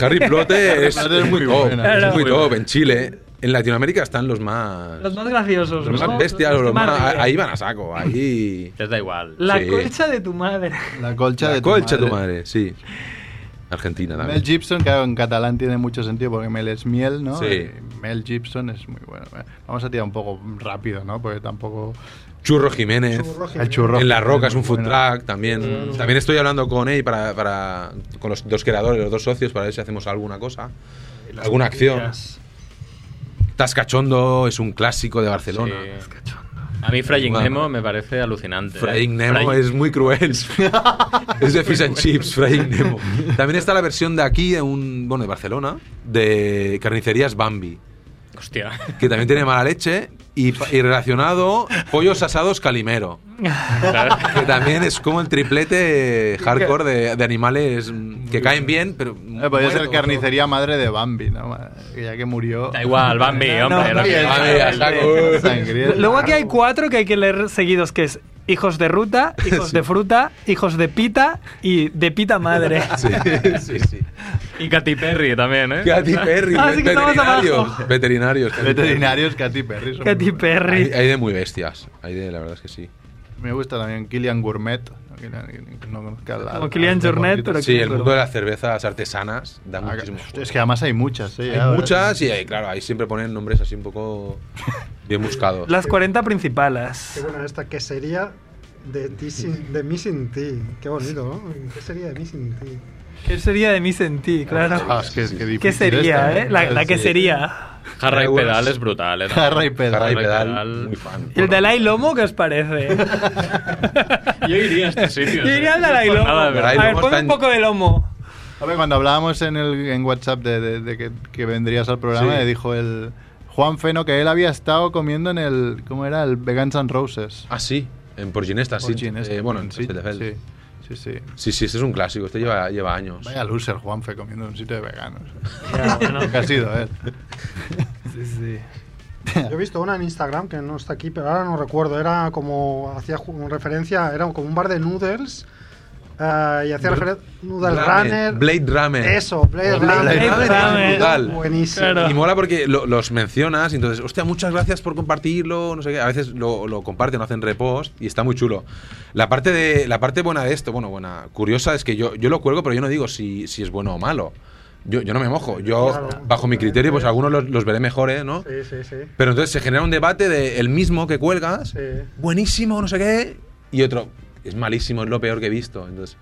[SPEAKER 2] Harry
[SPEAKER 3] [laughs]
[SPEAKER 2] Plote es,
[SPEAKER 1] Plote es
[SPEAKER 2] es muy
[SPEAKER 1] muy
[SPEAKER 2] top,
[SPEAKER 1] buena.
[SPEAKER 2] es muy
[SPEAKER 3] Claro.
[SPEAKER 2] top en Chile. En Latinoamérica están los más...
[SPEAKER 3] Los más graciosos.
[SPEAKER 2] los
[SPEAKER 3] ¿no?
[SPEAKER 2] más bestias, o
[SPEAKER 3] que
[SPEAKER 2] los más...
[SPEAKER 3] ríen.
[SPEAKER 2] Ahí van a saco, ahí...
[SPEAKER 4] Les da igual.
[SPEAKER 3] La
[SPEAKER 2] Sí.
[SPEAKER 3] colcha de tu madre.
[SPEAKER 1] La colcha
[SPEAKER 2] La
[SPEAKER 1] de
[SPEAKER 2] colcha
[SPEAKER 1] tu madre.
[SPEAKER 2] sí. Argentina
[SPEAKER 1] Mel
[SPEAKER 2] también.
[SPEAKER 1] Gibson, claro, en catalán tiene mucho sentido porque Mel es miel, ¿no?
[SPEAKER 2] Sí.
[SPEAKER 1] Y Mel Gibson es muy bueno. Vamos a tirar un poco rápido, ¿no? Porque tampoco...
[SPEAKER 2] Churro Jiménez.
[SPEAKER 4] este
[SPEAKER 1] El churro.
[SPEAKER 2] En La Roca es un food
[SPEAKER 1] Bueno.
[SPEAKER 2] truck también. También estoy hablando con él para, para- con los dos creadores, los dos socios, para ver si hacemos alguna cosa. Alguna acción. Tascachondo es un clásico de Barcelona.
[SPEAKER 4] Sí. A mí Frying
[SPEAKER 2] Bueno.
[SPEAKER 4] Nemo me parece alucinante.
[SPEAKER 2] Frying
[SPEAKER 4] ¿eh?
[SPEAKER 2] Nemo
[SPEAKER 4] Frying-
[SPEAKER 2] es muy
[SPEAKER 1] [laughs]
[SPEAKER 2] cruel. es de fish and chips, Frying Nemo. También está la versión de aquí, de un, bueno, de Barcelona, de carnicerías Bambi.
[SPEAKER 4] Hostia. [laughs]
[SPEAKER 2] que también tiene mala leche y, pa- y relacionado pollos asados calimero que también es como el triplete hardcore de, de animales mm, que caen bien pero
[SPEAKER 1] Eh, podría ser
[SPEAKER 2] muertos.
[SPEAKER 1] carnicería madre de Bambi, ¿no? Ma- Ya que murió... [laughs]
[SPEAKER 4] Da igual, Bambi,
[SPEAKER 3] No,
[SPEAKER 4] hombre.
[SPEAKER 1] no,
[SPEAKER 4] lo que-
[SPEAKER 1] bien.
[SPEAKER 2] A ver, a saco.
[SPEAKER 1] Sangrienta.
[SPEAKER 3] Luego aquí hay cuatro que hay que leer seguidos, que es hijos de ruta,
[SPEAKER 2] [laughs]
[SPEAKER 3] hijos de fruta, hijos de pita y de pita madre.
[SPEAKER 2] [laughs] sí, sí.
[SPEAKER 4] Y Katy Perry también, ¿eh?
[SPEAKER 2] Katy Perry,
[SPEAKER 3] Ah, sí que estamos abajo.
[SPEAKER 2] veterinarios. Veterinarios. Katy Perry.
[SPEAKER 1] Veterinarios Katy Perry. son
[SPEAKER 3] [laughs] Katy
[SPEAKER 1] muy buenos.
[SPEAKER 3] Perry.
[SPEAKER 2] Hay, hay de muy bestias. Hay de, la verdad es que sí.
[SPEAKER 1] Me gusta también Kilian Gourmet. ¿no? Kilian- que no conozca la-
[SPEAKER 3] Como Kilian
[SPEAKER 1] la-
[SPEAKER 3] Jornet,
[SPEAKER 1] la-
[SPEAKER 3] pero
[SPEAKER 2] Sí, el
[SPEAKER 3] pero-
[SPEAKER 2] mundo de las cervezas artesanas da
[SPEAKER 1] Ah,
[SPEAKER 2] muchísimo.
[SPEAKER 1] que-
[SPEAKER 2] juego.
[SPEAKER 1] Es que además hay muchas, ¿eh? sí.
[SPEAKER 2] Hay muchas y hay, claro, ahí siempre ponen nombres así un poco bien buscados.
[SPEAKER 3] Las 40
[SPEAKER 5] Qué
[SPEAKER 3] principales.
[SPEAKER 5] buena esta quesería De, ti sin- de mí sin ti. Qué bonito, ¿no? ¿Qué sería de mí sin ti?
[SPEAKER 3] ¿Qué sería de mí sin ti? Claro.
[SPEAKER 1] Ah, es que, es que
[SPEAKER 3] ¿Qué
[SPEAKER 1] difícil
[SPEAKER 3] sería,
[SPEAKER 1] esta,
[SPEAKER 3] eh? La, la que
[SPEAKER 1] Sí.
[SPEAKER 3] sería.
[SPEAKER 4] Jarra y
[SPEAKER 2] Muy
[SPEAKER 4] pedal
[SPEAKER 2] buenos.
[SPEAKER 4] es brutal, ¿eh?
[SPEAKER 1] Jarra y pedal.
[SPEAKER 2] Jarra y
[SPEAKER 4] pedal.
[SPEAKER 2] pedal, muy fan.
[SPEAKER 3] ¿Y el Dalai Lomo qué os
[SPEAKER 2] [laughs]
[SPEAKER 3] parece?
[SPEAKER 4] Yo iría a este sitio.
[SPEAKER 3] Yo iría al
[SPEAKER 4] No es
[SPEAKER 3] Dalai
[SPEAKER 4] por
[SPEAKER 3] Lomo.
[SPEAKER 4] nada, de verdad.
[SPEAKER 2] Dalai
[SPEAKER 3] a ver,
[SPEAKER 2] Lomo
[SPEAKER 3] ponme
[SPEAKER 2] está
[SPEAKER 3] un
[SPEAKER 2] en-
[SPEAKER 3] poco de lomo.
[SPEAKER 1] Hombre, cuando hablábamos en, el, en WhatsApp de, de- de que, que vendrías al programa,
[SPEAKER 2] Sí.
[SPEAKER 1] le dijo el Juan Feno que él había estado comiendo en el. ¿Cómo era? El Vegans and Roses.
[SPEAKER 2] Ah, sí, en Porginesta, sí.
[SPEAKER 1] Porcines,
[SPEAKER 2] Eh, bueno, en
[SPEAKER 1] sí,
[SPEAKER 2] Castelldefels.
[SPEAKER 1] sí, sí, sí.
[SPEAKER 2] Sí, sí, este es un clásico, este lleva, lleva años.
[SPEAKER 1] Vaya loser Juanfe comiendo en un sitio de veganos.
[SPEAKER 3] Ya, bueno.
[SPEAKER 1] Nunca ha sido él.
[SPEAKER 5] [laughs] Yo he visto una en Instagram que no está aquí, pero ahora no recuerdo. Era como. Hacía ju- una referencia. Era como un bar de noodles. eh, y hacía referencia. Noodle
[SPEAKER 2] Ramen,
[SPEAKER 5] Runner.
[SPEAKER 2] Blade Runner.
[SPEAKER 5] Eso, Blade
[SPEAKER 2] Blade
[SPEAKER 5] Runner.
[SPEAKER 3] Runner. Runner.
[SPEAKER 2] Brutal.
[SPEAKER 5] Buenísimo.
[SPEAKER 3] Claro.
[SPEAKER 2] Y mola porque lo- los mencionas y entonces, hostia, muchas gracias por compartirlo, no sé qué. A veces lo, lo comparten, hacen repost y está muy chulo. La parte, de, la parte buena de esto, bueno, buena, curiosa, es que yo, yo lo cuelgo, pero yo no digo si, si es bueno o malo. Yo, yo no me mojo. Yo,
[SPEAKER 5] Claro.
[SPEAKER 2] bajo mi criterio, pues algunos los, los veré mejores, ¿no?
[SPEAKER 5] Sí, sí, sí.
[SPEAKER 2] Pero entonces se genera un debate de el mismo que cuelgas,
[SPEAKER 5] Sí.
[SPEAKER 2] buenísimo, no sé qué, y otro, es malísimo, es lo peor que he visto. Entonces,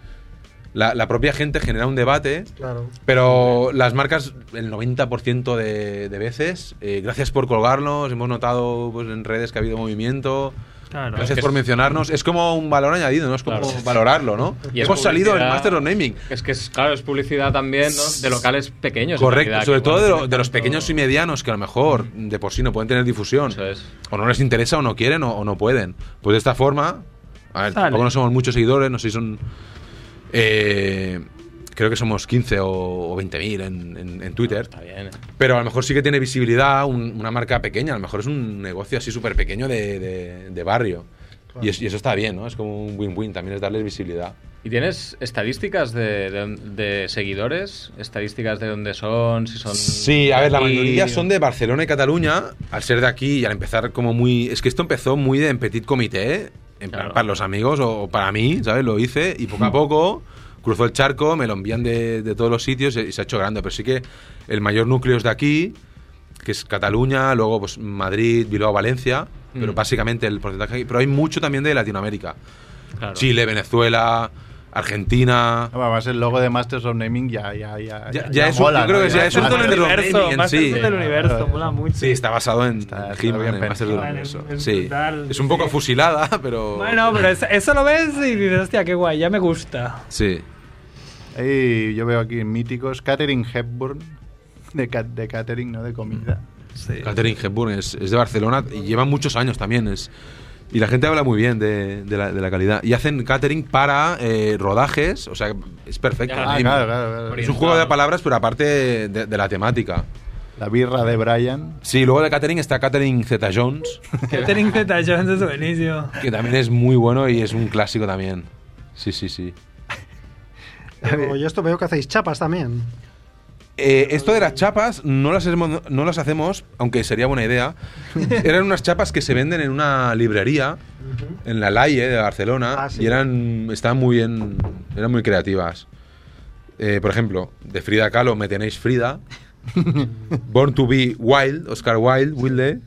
[SPEAKER 2] la, la propia gente genera un debate.
[SPEAKER 5] Claro.
[SPEAKER 2] Pero las marcas, el 90% de, de veces, eh, gracias por colgarnos, hemos notado pues, en redes que ha habido movimiento,
[SPEAKER 3] Claro.
[SPEAKER 2] gracias por mencionarnos, es como un valor añadido, no es como
[SPEAKER 4] Claro.
[SPEAKER 2] valorarlo, ¿no?
[SPEAKER 4] Y es
[SPEAKER 2] hemos salido del
[SPEAKER 4] publicidad.
[SPEAKER 2] Master of Naming.
[SPEAKER 4] Es que, es, claro, es publicidad también ¿no? de locales pequeños. en
[SPEAKER 2] Correcto,
[SPEAKER 4] realidad,
[SPEAKER 2] sobre
[SPEAKER 4] que,
[SPEAKER 2] todo
[SPEAKER 4] bueno,
[SPEAKER 2] de, lo-
[SPEAKER 4] tienen
[SPEAKER 2] de los
[SPEAKER 4] tanto-
[SPEAKER 2] pequeños y medianos que a lo mejor de por sí no pueden tener difusión.
[SPEAKER 4] Eso es.
[SPEAKER 2] O no les interesa o no quieren o, o no pueden. Pues de esta forma, a ver,
[SPEAKER 3] Sale.
[SPEAKER 2] tampoco no somos muchos seguidores, no sé si son... eh, creo que somos 15 o, 20 mil en, en- en Twitter.
[SPEAKER 4] Está bien. eh.
[SPEAKER 2] Pero a lo mejor sí que tiene visibilidad un- una marca pequeña, a lo mejor es un negocio así súper pequeño de, de- de barrio. Y, es- y eso está bien, ¿no? Es como un win-win, también es darles visibilidad.
[SPEAKER 4] ¿Y tienes estadísticas de, de- de seguidores? ¿Estadísticas de dónde son? Si son
[SPEAKER 2] Sí, a ver, la
[SPEAKER 4] aquí,
[SPEAKER 2] mayoría son de Barcelona y Cataluña, al ser de aquí y al empezar como muy... Es que esto empezó muy de en petit comité, ¿eh? en plan
[SPEAKER 4] Claro. Mm.
[SPEAKER 2] para los amigos o, o para mí, ¿sabes? Lo hice y poco a poco cruzó el charco, me lo envían de, de todos los sitios y se ha hecho grande. Pero sí que el mayor núcleo es de aquí, que es Cataluña, luego pues Madrid, Bilbao, Valencia, pero
[SPEAKER 4] Mm.
[SPEAKER 2] básicamente el porcentaje... aquí- Pero hay mucho también de Latinoamérica.
[SPEAKER 4] Claro.
[SPEAKER 2] Chile, Venezuela, Argentina...
[SPEAKER 1] No, Además, el logo de Masters of Naming ya, ya, ya,
[SPEAKER 2] Ya- ya es un- yo creo que ya es un
[SPEAKER 1] mola.
[SPEAKER 2] todo Ah, el
[SPEAKER 3] universo,
[SPEAKER 2] Romney en
[SPEAKER 3] más
[SPEAKER 2] sí.
[SPEAKER 3] del universo,
[SPEAKER 1] Claro.
[SPEAKER 3] mola mucho.
[SPEAKER 2] Sí, está basado en
[SPEAKER 1] Está- está
[SPEAKER 2] He-Man,
[SPEAKER 1] bien
[SPEAKER 2] en Masters
[SPEAKER 1] pensado.
[SPEAKER 2] del Universo.
[SPEAKER 3] Es
[SPEAKER 2] Sí.
[SPEAKER 3] brutal,
[SPEAKER 2] Es un poco
[SPEAKER 3] sí.
[SPEAKER 2] fusilada, [laughs] pero.
[SPEAKER 3] Bueno, pero es- eso lo ves y dices, hostia, qué guay, ya me gusta.
[SPEAKER 2] Sí.
[SPEAKER 1] Ey, yo veo aquí míticos. Catering Hepburn. De, ca- de catering, no de comida.
[SPEAKER 2] Mm. Catherine Hepburn es, es de Barcelona y lleva muchos años también. Es, y la gente habla muy bien de, de la, de la calidad. Y hacen catering para eh, rodajes, o sea, es perfecto.
[SPEAKER 4] Ya,
[SPEAKER 1] Ah,
[SPEAKER 2] Sí.
[SPEAKER 1] claro, claro,
[SPEAKER 2] Es
[SPEAKER 1] claro.
[SPEAKER 2] un juego de palabras, pero aparte de, de la temática.
[SPEAKER 1] La birra de Brian.
[SPEAKER 2] Sí, luego de catering está Catherine Zeta Jones,
[SPEAKER 3] Catering Zeta Jones es buenísimo.
[SPEAKER 2] que también es muy bueno y es un clásico también. Sí, sí, sí.
[SPEAKER 5] Pero yo esto veo que hacéis chapas también.
[SPEAKER 2] Eh, esto de las chapas no las, hemos- no las hacemos, aunque sería buena idea. Eran unas chapas que se venden en una librería en la Laie de Barcelona
[SPEAKER 5] Ah, sí.
[SPEAKER 2] y eran estaban muy bien, eran muy creativas. Eh, por ejemplo, de Frida Kahlo me tenéis Frida, Born to be Wild, Oscar Wilde, Wilde,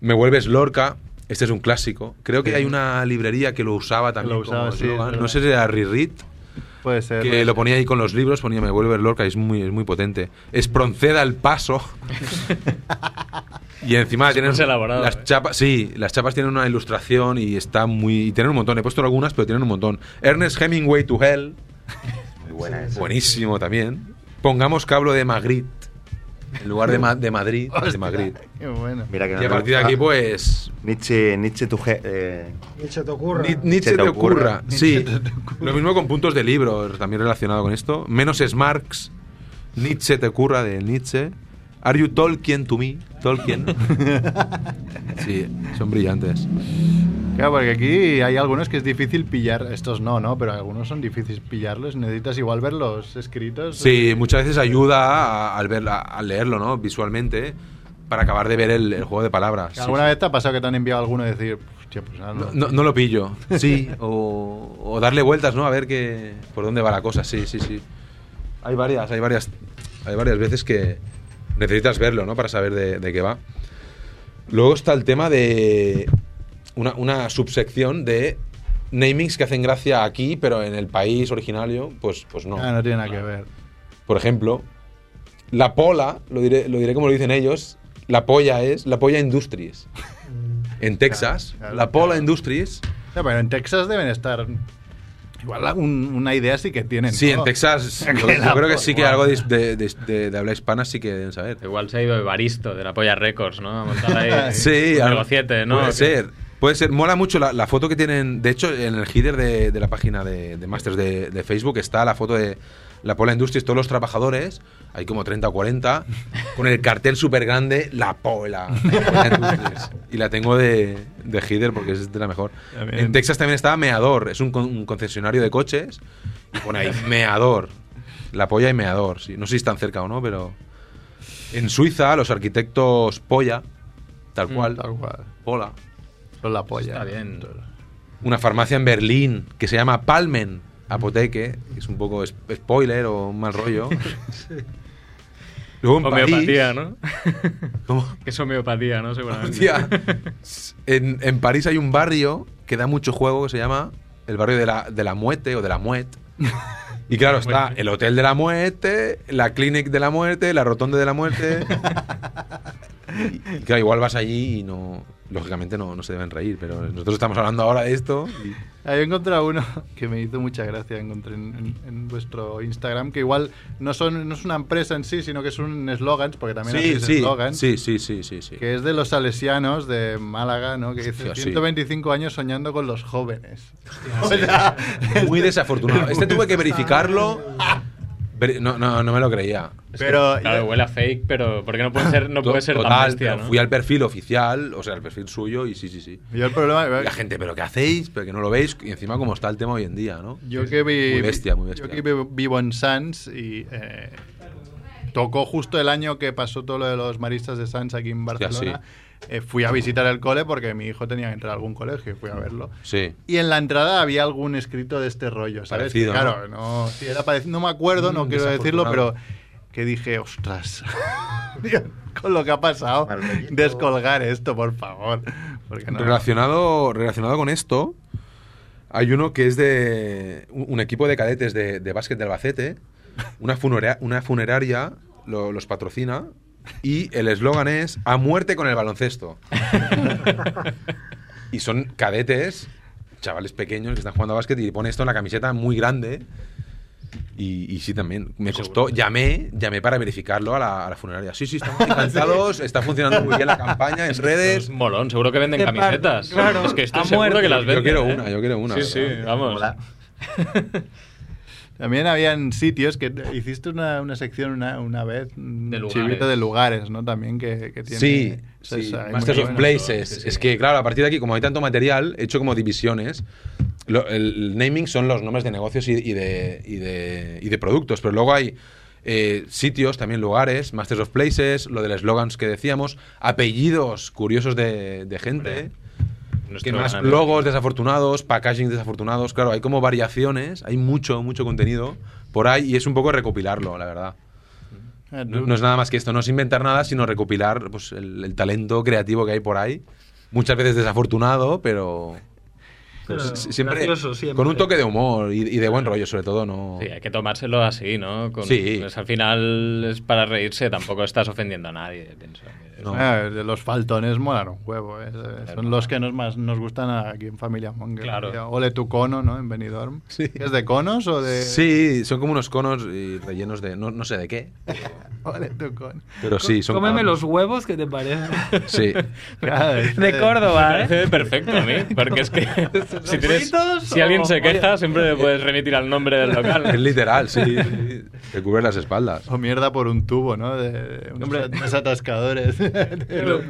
[SPEAKER 2] me vuelves Lorca. Este es un clásico. Creo que hay una librería que lo usaba también.
[SPEAKER 1] usaba,
[SPEAKER 2] como
[SPEAKER 1] sí,
[SPEAKER 2] eslogan.
[SPEAKER 1] es verdad.
[SPEAKER 2] no sé si era Ririt
[SPEAKER 1] Puede ser.
[SPEAKER 2] que lo ponía ahí con los libros, ponía Me vuelve Lorca, y es muy, es muy potente. Es Pronceda
[SPEAKER 4] [laughs]
[SPEAKER 2] el paso. y encima tienes
[SPEAKER 4] más elaborado,
[SPEAKER 2] las
[SPEAKER 4] eh.
[SPEAKER 2] chapas, sí, las chapas tienen una ilustración y está muy y tienen un montón, he puesto algunas, pero tienen un montón. Ernest Hemingway to Hell. Buenísimo también. Pongamos cablo de Magritte en lugar de, Ma- de Madrid, de Madrid.
[SPEAKER 1] Qué bueno.
[SPEAKER 6] Mira que no
[SPEAKER 2] Y a
[SPEAKER 6] te
[SPEAKER 2] partir de
[SPEAKER 6] gusta.
[SPEAKER 2] aquí pues
[SPEAKER 6] Nietzsche, Nietzsche, tu je- eh,
[SPEAKER 5] Ni se te ocurra.
[SPEAKER 2] Ni- Nietzsche
[SPEAKER 6] Se
[SPEAKER 2] te
[SPEAKER 6] te
[SPEAKER 2] ocurra.
[SPEAKER 6] ocurra.
[SPEAKER 2] Sí. Lo mismo con puntos de libro, también relacionado con esto. Menos es Marx. Nietzsche te ocurra de Nietzsche. Are you Tolkien to me?
[SPEAKER 6] [laughs]
[SPEAKER 2] Tolkien. Sí, son brillantes.
[SPEAKER 1] Claro, porque aquí hay algunos que es difícil pillar. Estos no, ¿no? Pero algunos son difíciles pillarlos. Necesitas igual verlos escritos.
[SPEAKER 2] Sí, muchas veces ayuda a- al, ver, a- al leerlo, ¿no? Visualmente, para acabar de ver el, el juego de palabras.
[SPEAKER 1] Que ¿Alguna vez te ha pasado que te han enviado alguno y decir, hostia, pues nada,
[SPEAKER 2] No,
[SPEAKER 1] no.
[SPEAKER 2] no- no lo pillo. Sí, o, o darle vueltas, ¿no? A ver qué, por dónde va la cosa. Sí, sí, sí. Hay varias, hay varias, hay varias veces que necesitas verlo, ¿no? Para saber de, de qué va. Luego está el tema de una, una subsección de namings que hacen gracia aquí, pero en el país originario, pues, pues no.
[SPEAKER 1] Ah, no tiene nada que ver.
[SPEAKER 2] Por ejemplo, la pola, lo diré, lo diré como lo dicen ellos, la polla es la polla Industries. En Texas,
[SPEAKER 1] Mm. claro,
[SPEAKER 2] la pola
[SPEAKER 1] claro.
[SPEAKER 2] Industries.
[SPEAKER 1] Ya, pero en Texas deben estar. Igual un- una idea sí que [laughs] tienen.
[SPEAKER 2] Sí,
[SPEAKER 1] ¿no?
[SPEAKER 2] en Texas, yo,
[SPEAKER 1] Que la
[SPEAKER 2] yo creo que
[SPEAKER 1] polla.
[SPEAKER 2] sí que algo de, de- de- de- de habla hispana sí que deben saber.
[SPEAKER 4] Igual se ha ido Evaristo de la Polla Records, ¿no? A montar ahí
[SPEAKER 2] [laughs] Sí,
[SPEAKER 4] un
[SPEAKER 2] al-
[SPEAKER 4] negociete, ¿no?
[SPEAKER 2] Puede
[SPEAKER 4] Que-
[SPEAKER 2] ser. Puede ser, mola mucho la, la foto que tienen. De hecho, en el header de, de la página de, de Masters de, de Facebook está la foto de la Pola Industries, todos los trabajadores, hay como 30 o 40, con el cartel súper grande, la Pola. la Pola Industries. Y la tengo de, de header porque es de la mejor.
[SPEAKER 1] También.
[SPEAKER 2] En Texas también está Meador, es un, con- un concesionario de coches. Y pone ahí Meador. La polla y Meador. sí. No sé si están cerca o no, pero. En Suiza, los arquitectos Polla, tal cual.
[SPEAKER 1] Tal cual.
[SPEAKER 2] Pola.
[SPEAKER 1] Son la polla.
[SPEAKER 4] Está bien.
[SPEAKER 2] Una farmacia en Berlín que se llama Palmen Apoteque, que es un poco es- spoiler o un mal rollo. Luego en
[SPEAKER 4] Homeopatía,
[SPEAKER 2] París,
[SPEAKER 4] ¿no? [laughs]
[SPEAKER 2] ¿Cómo?
[SPEAKER 4] que es homeopatía, ¿no?
[SPEAKER 2] [laughs]
[SPEAKER 4] Seguramente.
[SPEAKER 2] Hostia. en, en París hay un barrio que da mucho juego que se llama el barrio de la, de la Muete o de la Muette. Y claro, está el Hotel de la Muerte, la Clinic de la Muerte, la Rotonda de la Muerte. Y, y claro, igual vas allí y no. Lógicamente no, no se deben reír, pero nosotros estamos hablando ahora de esto. y-
[SPEAKER 1] Ah, Yo he encontrado uno que me hizo mucha gracia, encontré en, en- en vuestro Instagram, que igual no, son, no es una empresa en sí, sino que es un eslogan, porque también
[SPEAKER 2] sí,
[SPEAKER 1] hacéis
[SPEAKER 2] sí,
[SPEAKER 1] eslogan,
[SPEAKER 2] sí, sí, sí, sí, sí.
[SPEAKER 1] que es de los salesianos de Málaga, ¿no? que dice
[SPEAKER 2] Hostia, sí.
[SPEAKER 1] 125 años soñando con los jóvenes. [laughs]
[SPEAKER 2] Muy desafortunado. Este tuve
[SPEAKER 1] [laughs]
[SPEAKER 2] que verificarlo. Ver- No, no, no me lo creía.
[SPEAKER 6] Pero
[SPEAKER 4] Claro, huele a fake, pero ¿por qué no puede ser, no puede ser tan
[SPEAKER 2] Total,
[SPEAKER 4] bestia,
[SPEAKER 2] pero
[SPEAKER 4] ¿no?
[SPEAKER 2] fui al perfil oficial, o sea, al perfil suyo, y sí, sí, sí.
[SPEAKER 1] Yo el problema...
[SPEAKER 2] Y la gente, ¿pero qué hacéis? ¿Pero que no lo veis? Y encima, como está el tema hoy en día, ¿no?
[SPEAKER 1] Yo que vi.
[SPEAKER 2] Muy bestia, muy bestia.
[SPEAKER 1] Yo que vi- vivo en Sans y. eh, tocó justo el año que pasó todo lo de los maristas de Sans aquí en
[SPEAKER 2] Hostia,
[SPEAKER 1] Barcelona. Eh, fui a visitar el cole porque mi hijo tenía que entrar a algún colegio y fui a verlo.
[SPEAKER 2] Sí.
[SPEAKER 1] Y en la entrada había algún escrito de este rollo, ¿sabes?
[SPEAKER 2] Parecido,
[SPEAKER 1] Que, claro, no, sí, era parec- no me acuerdo, no
[SPEAKER 2] Mm,
[SPEAKER 1] quiero decirlo, pero
[SPEAKER 2] desafortunado.
[SPEAKER 1] que dije, ostras, [laughs] Dios, con lo que ha pasado,
[SPEAKER 6] Maldito.
[SPEAKER 1] descolgar esto, por favor. Porque no-
[SPEAKER 2] Relacionado, relacionado con esto, hay uno que es de un un equipo de cadetes de, de básquet de Albacete. Una, funera- una funeraria lo- los patrocina y el eslogan es A muerte con el baloncesto. y son cadetes, chavales pequeños que están jugando a básquet y pone esto en la camiseta muy grande. Y, y sí, también. Me costó. Llamé, llamé para verificarlo a la, a la funeraria. Sí, sí, estamos encantados. Está funcionando muy bien la campaña en redes.
[SPEAKER 4] Es molón, seguro que venden
[SPEAKER 3] De par-
[SPEAKER 4] camisetas.
[SPEAKER 3] claro.
[SPEAKER 4] Es que estoy
[SPEAKER 3] A
[SPEAKER 4] seguro
[SPEAKER 3] muerte.
[SPEAKER 4] que las
[SPEAKER 2] Yo
[SPEAKER 4] venden.
[SPEAKER 2] quiero
[SPEAKER 4] ¿eh?
[SPEAKER 2] una, yo quiero una,
[SPEAKER 4] Sí,
[SPEAKER 2] la
[SPEAKER 4] sí,
[SPEAKER 2] verdad.
[SPEAKER 4] vamos.
[SPEAKER 1] También habían sitios que hiciste una, una sección una, una vez, un
[SPEAKER 4] De lugares.
[SPEAKER 1] chivito de lugares, ¿no? También que, que tiene.
[SPEAKER 2] Sí,
[SPEAKER 1] eso es,
[SPEAKER 2] sí,
[SPEAKER 1] hay
[SPEAKER 2] Masters
[SPEAKER 1] muy
[SPEAKER 2] of
[SPEAKER 1] buenos.
[SPEAKER 2] Places. Es que, claro, a partir de aquí, como hay tanto material, he hecho como divisiones. Lo- el naming son los nombres de negocios y, y de, y, de, y de productos, pero luego hay eh, sitios, también lugares, Masters of Places, lo de los slogans que decíamos, apellidos curiosos de, de gente, que
[SPEAKER 4] Nuestro
[SPEAKER 2] más
[SPEAKER 4] gran-
[SPEAKER 2] logos desafortunados, packaging desafortunados, claro, hay como variaciones, hay mucho, mucho contenido por ahí y es un poco recopilarlo, la verdad.
[SPEAKER 1] Ah,
[SPEAKER 2] No,
[SPEAKER 1] tú-
[SPEAKER 2] no es nada más que esto, no es inventar nada, sino recopilar pues, el, el talento creativo que hay por ahí. Muchas veces desafortunado, pero. pero
[SPEAKER 3] Pero
[SPEAKER 2] si- siempre,
[SPEAKER 3] gracioso, siempre.
[SPEAKER 2] Con un toque de humor y, y de buen rollo, sobre todo, ¿no?
[SPEAKER 4] Sí, hay que tomárselo así, ¿no? Con-
[SPEAKER 2] Sí.
[SPEAKER 4] pues, al final es para reírse, tampoco estás ofendiendo a nadie, pienso.
[SPEAKER 2] No.
[SPEAKER 1] Ah, de los faltones molan un huevo, ¿eh? Son
[SPEAKER 4] Claro.
[SPEAKER 1] los que nos más nos gustan aquí en Familia Monger.
[SPEAKER 4] Claro.
[SPEAKER 1] Tío. Ole tu cono, ¿no? En Benidorm.
[SPEAKER 2] Sí.
[SPEAKER 1] ¿Es de conos o de...?
[SPEAKER 2] Sí, son como unos conos y rellenos de. No, no sé de qué.
[SPEAKER 1] Ole tu
[SPEAKER 2] [laughs]
[SPEAKER 1] cono.
[SPEAKER 2] Pero sí, son. ah,
[SPEAKER 3] Cómeme los huevos, ¿qué te parece?
[SPEAKER 2] Sí.
[SPEAKER 1] Claro, es
[SPEAKER 3] De Córdoba, ¿eh?
[SPEAKER 4] Parece perfecto a mí, porque es
[SPEAKER 2] [laughs]
[SPEAKER 4] que [laughs] si, tienes-
[SPEAKER 3] fritos
[SPEAKER 4] si alguien
[SPEAKER 3] o-
[SPEAKER 4] se queja, siempre le puedes remitir al nombre del
[SPEAKER 2] [laughs] Es
[SPEAKER 4] local.
[SPEAKER 3] [laughs]
[SPEAKER 2] literal, sí. sí. Te cubre las espaldas.
[SPEAKER 1] O mierda por un tubo, ¿no? De, de unos
[SPEAKER 4] Hombre.
[SPEAKER 1] at- unos
[SPEAKER 4] [laughs]
[SPEAKER 1] atascadores.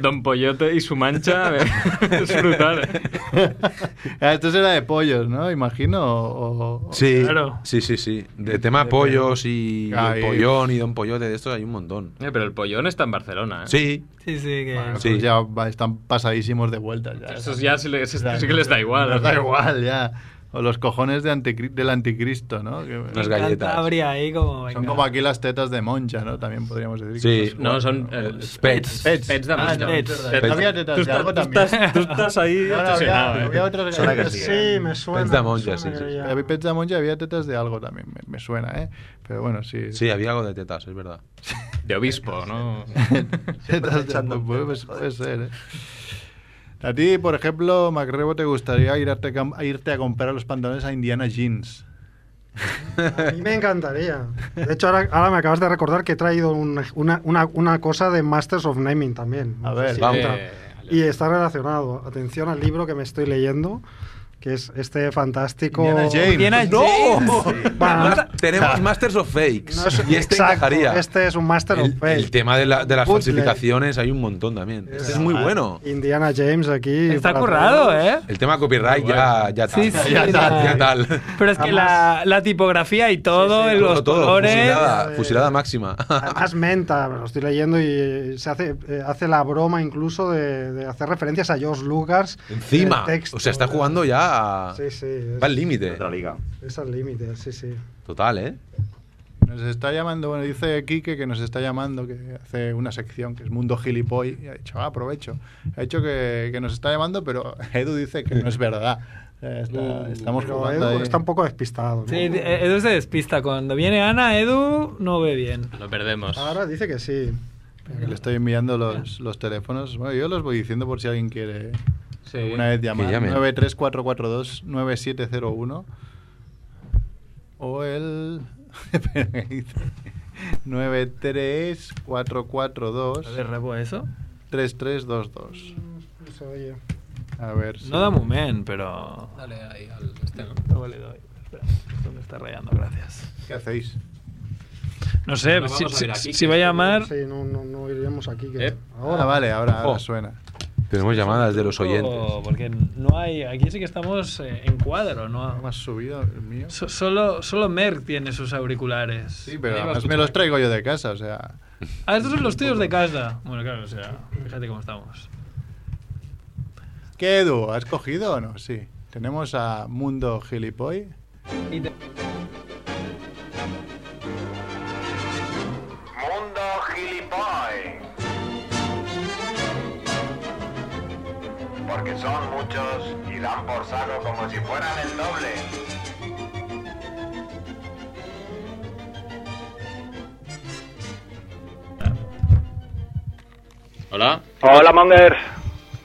[SPEAKER 4] Don Pollote y su mancha [laughs] es
[SPEAKER 2] [laughs]
[SPEAKER 4] brutal.
[SPEAKER 1] Ah, Esto será de pollos, ¿no? Imagino. o- o-
[SPEAKER 2] Sí,
[SPEAKER 3] Claro.
[SPEAKER 2] sí, sí, sí. De tema pollos y
[SPEAKER 1] Ay.
[SPEAKER 2] el pollón y don pollote, de estos hay un montón.
[SPEAKER 4] Eh, pero el pollón está en Barcelona. ¿eh?
[SPEAKER 2] Sí,
[SPEAKER 3] Sí, sí, que.
[SPEAKER 1] Pues
[SPEAKER 2] Sí.
[SPEAKER 1] ya va- están pasadísimos de vuelta. Ya.
[SPEAKER 4] Eso ya sí, le- eso sí que les da igual.
[SPEAKER 1] Nos
[SPEAKER 4] o sea.
[SPEAKER 1] da igual, ya. O los cojones de anticri- del anticristo, ¿no? Que-
[SPEAKER 2] Las galletas.
[SPEAKER 3] Cantabria ahí como...
[SPEAKER 1] son
[SPEAKER 3] venga.
[SPEAKER 1] como aquí las tetas de Moncha, ¿no? También podríamos decir. que
[SPEAKER 2] Sí,
[SPEAKER 1] son-
[SPEAKER 4] No, son eh,
[SPEAKER 2] Pets.
[SPEAKER 4] Pets. de
[SPEAKER 3] Ah,
[SPEAKER 4] Amazon.
[SPEAKER 3] Pets.
[SPEAKER 1] Pets. Había tetas
[SPEAKER 4] Tú
[SPEAKER 1] de algo
[SPEAKER 4] estás- tú
[SPEAKER 1] también.
[SPEAKER 4] estás- Tú estás [laughs] ahí
[SPEAKER 1] Ahora
[SPEAKER 4] obsesionado,
[SPEAKER 1] había,
[SPEAKER 4] eh.
[SPEAKER 1] había otras
[SPEAKER 6] Suena que
[SPEAKER 1] galletas.
[SPEAKER 6] sí,
[SPEAKER 5] Sí, me suena.
[SPEAKER 2] Pens de
[SPEAKER 5] me suena
[SPEAKER 2] Monja, eh. sí,
[SPEAKER 5] que
[SPEAKER 2] sí, sí.
[SPEAKER 5] ya-
[SPEAKER 1] Había pets de Moncha, había tetas de algo también, me, me suena, ¿eh? Pero bueno, sí.
[SPEAKER 2] Sí, había algo de tetas, es verdad.
[SPEAKER 4] De obispo, [laughs] ¿no?
[SPEAKER 1] [laughs] tetas de
[SPEAKER 6] echando
[SPEAKER 1] puede,
[SPEAKER 6] pedos,
[SPEAKER 1] puede ser, ¿eh? A ti, por ejemplo, Macrebo, ¿te gustaría ir a, te- a irte a comprar los pantalones a Indiana Jeans?
[SPEAKER 5] A mí me encantaría. De hecho, ahora, ahora me acabas de recordar que he traído un- una, una- una cosa de Masters of Naming también.
[SPEAKER 1] A
[SPEAKER 5] No sé
[SPEAKER 1] ver,
[SPEAKER 5] si
[SPEAKER 2] vamos.
[SPEAKER 5] entra.
[SPEAKER 4] Eh,
[SPEAKER 5] Y está relacionado. Atención al libro que me estoy leyendo, que es este fantástico...
[SPEAKER 1] Indiana James.
[SPEAKER 3] Indiana
[SPEAKER 2] ¡No!
[SPEAKER 3] James.
[SPEAKER 5] Bueno,
[SPEAKER 2] Mas- tenemos Masters of Fakes.
[SPEAKER 5] Ah. no es-
[SPEAKER 2] y este
[SPEAKER 5] exacto,
[SPEAKER 2] encajaría.
[SPEAKER 5] Este es un Master
[SPEAKER 2] el,
[SPEAKER 5] of Fate.
[SPEAKER 2] el tema de, la- de las
[SPEAKER 5] Bootleg.
[SPEAKER 2] falsificaciones hay un montón también. Este es muy
[SPEAKER 5] Ah.
[SPEAKER 2] bueno.
[SPEAKER 5] Indiana James aquí.
[SPEAKER 3] Está
[SPEAKER 5] para
[SPEAKER 3] currado,
[SPEAKER 5] todos.
[SPEAKER 3] ¿eh?
[SPEAKER 2] El tema copyright ya, ya tal.
[SPEAKER 3] Sí, sí,
[SPEAKER 2] ya, tal,
[SPEAKER 3] ya.
[SPEAKER 2] ya tal.
[SPEAKER 3] Pero es que la, la tipografía y todo,
[SPEAKER 5] Sí, sí,
[SPEAKER 3] los
[SPEAKER 2] todo,
[SPEAKER 3] colores...
[SPEAKER 2] fusilada, fusilada máxima. [laughs]
[SPEAKER 5] Además, menta, me lo estoy leyendo y se hace, eh, hace la broma incluso de, de hacer referencias a George Lucas.
[SPEAKER 2] Encima.
[SPEAKER 5] en el texto.
[SPEAKER 2] o sea, está jugando ya. a-
[SPEAKER 5] Sí, sí. es-
[SPEAKER 2] Va al límite.
[SPEAKER 6] Otra liga.
[SPEAKER 5] Es al límite, sí, sí.
[SPEAKER 2] Total, ¿eh?
[SPEAKER 1] Nos está llamando, bueno, dice Quique que nos está llamando, que hace una sección que es Mundo Gilipoy, y ha dicho, ah, aprovecho. Ha dicho que, que nos está llamando, pero [laughs] Edu dice que no es verdad. Eh, está- estamos
[SPEAKER 5] Mm, Pero
[SPEAKER 1] jugando
[SPEAKER 5] Edu
[SPEAKER 1] ahí.
[SPEAKER 5] está un poco despistado. ¿no?
[SPEAKER 3] Sí, eh, Edu se despista. Cuando viene Ana, Edu no ve bien.
[SPEAKER 4] Lo perdemos.
[SPEAKER 5] Ahora dice que sí.
[SPEAKER 1] Le estoy enviando los, los teléfonos. Bueno, yo los voy diciendo por si alguien quiere
[SPEAKER 4] Sí.
[SPEAKER 1] alguna vez llamar.
[SPEAKER 2] Que llame.
[SPEAKER 1] 93442-9701 o el... [laughs] espera, ¿qué dice? 93442
[SPEAKER 3] ¿De rebo eso?
[SPEAKER 1] 3322.
[SPEAKER 5] Pues, oye,
[SPEAKER 1] A ver. si-
[SPEAKER 3] No da moment, pero...
[SPEAKER 4] Dale ahí al este, ¿no?
[SPEAKER 3] No le doy. Espera, esto me está rayando, gracias.
[SPEAKER 1] ¿Qué hacéis?
[SPEAKER 3] No sé,
[SPEAKER 4] Bueno,
[SPEAKER 3] si,
[SPEAKER 4] vamos a
[SPEAKER 3] si-
[SPEAKER 4] ver aquí,
[SPEAKER 3] si
[SPEAKER 4] que
[SPEAKER 3] va a
[SPEAKER 4] es que-
[SPEAKER 3] llamar...
[SPEAKER 5] Sí, no, no, no iremos aquí. que-
[SPEAKER 4] Eh.
[SPEAKER 5] Ahora.
[SPEAKER 1] Ah, vale, ahora, ahora
[SPEAKER 2] Oh.
[SPEAKER 1] suena.
[SPEAKER 2] Tenemos llamadas de los
[SPEAKER 3] Oh,
[SPEAKER 2] oyentes.
[SPEAKER 3] Porque no hay... Aquí sí que estamos eh, en cuadro,
[SPEAKER 1] ¿No
[SPEAKER 3] ¿no?
[SPEAKER 1] has subido el mío?
[SPEAKER 3] So- solo, solo Merck tiene sus auriculares.
[SPEAKER 1] Sí, pero además me los traigo yo de casa, o sea...
[SPEAKER 3] Ah, estos son los tuyos de casa. Bueno, claro, o sea, fíjate cómo estamos.
[SPEAKER 1] ¿Qué, Edu? ¿Has cogido o no? Sí. Tenemos a Mundo Gilipoy.
[SPEAKER 8] Mundo Gilipoy. Porque son muchos y dan por saco como si fueran el doble.
[SPEAKER 4] Hola.
[SPEAKER 9] Hola, Monger.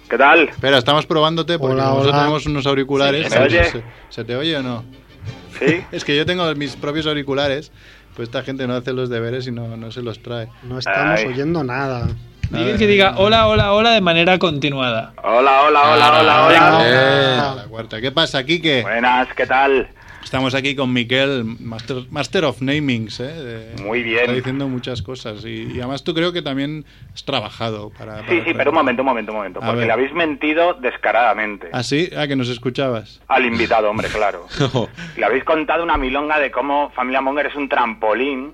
[SPEAKER 9] ¿Qué tal?
[SPEAKER 1] Espera, estamos probándote porque
[SPEAKER 5] Hola,
[SPEAKER 1] nosotros
[SPEAKER 5] hola.
[SPEAKER 1] tenemos unos auriculares.
[SPEAKER 9] ¿Se me oye?
[SPEAKER 1] ¿Se, se te oye o no?
[SPEAKER 6] [laughs]
[SPEAKER 9] ¿Sí?
[SPEAKER 1] Es que yo tengo mis propios auriculares, pues esta gente no hace los deberes y no, no se los trae.
[SPEAKER 5] No estamos
[SPEAKER 9] Ay.
[SPEAKER 5] oyendo nada.
[SPEAKER 3] Dile que diga hola, hola, hola de
[SPEAKER 1] [laughs]
[SPEAKER 3] manera continuada.
[SPEAKER 9] Hola, hola, hola, hola, hola.
[SPEAKER 1] Ah, la cuarta. ¿Qué pasa, Kike?
[SPEAKER 9] Buenas, ¿qué tal?
[SPEAKER 1] Estamos aquí con Miquel, Master, master of Namings. ¿eh? De-
[SPEAKER 9] Muy bien.
[SPEAKER 1] Está diciendo muchas cosas y, y además tú creo que también has trabajado para...
[SPEAKER 3] Ah,
[SPEAKER 9] Sí,
[SPEAKER 1] para-
[SPEAKER 9] sí, pero un momento, un momento, un momento.
[SPEAKER 1] A
[SPEAKER 9] Porque
[SPEAKER 1] ver.
[SPEAKER 9] le habéis mentido descaradamente.
[SPEAKER 1] ¿Ah, sí? Ah, que nos escuchabas.
[SPEAKER 9] Al invitado, hombre,
[SPEAKER 3] [laughs]
[SPEAKER 9] claro. Le habéis contado una milonga de cómo Familia Monger es un trampolín.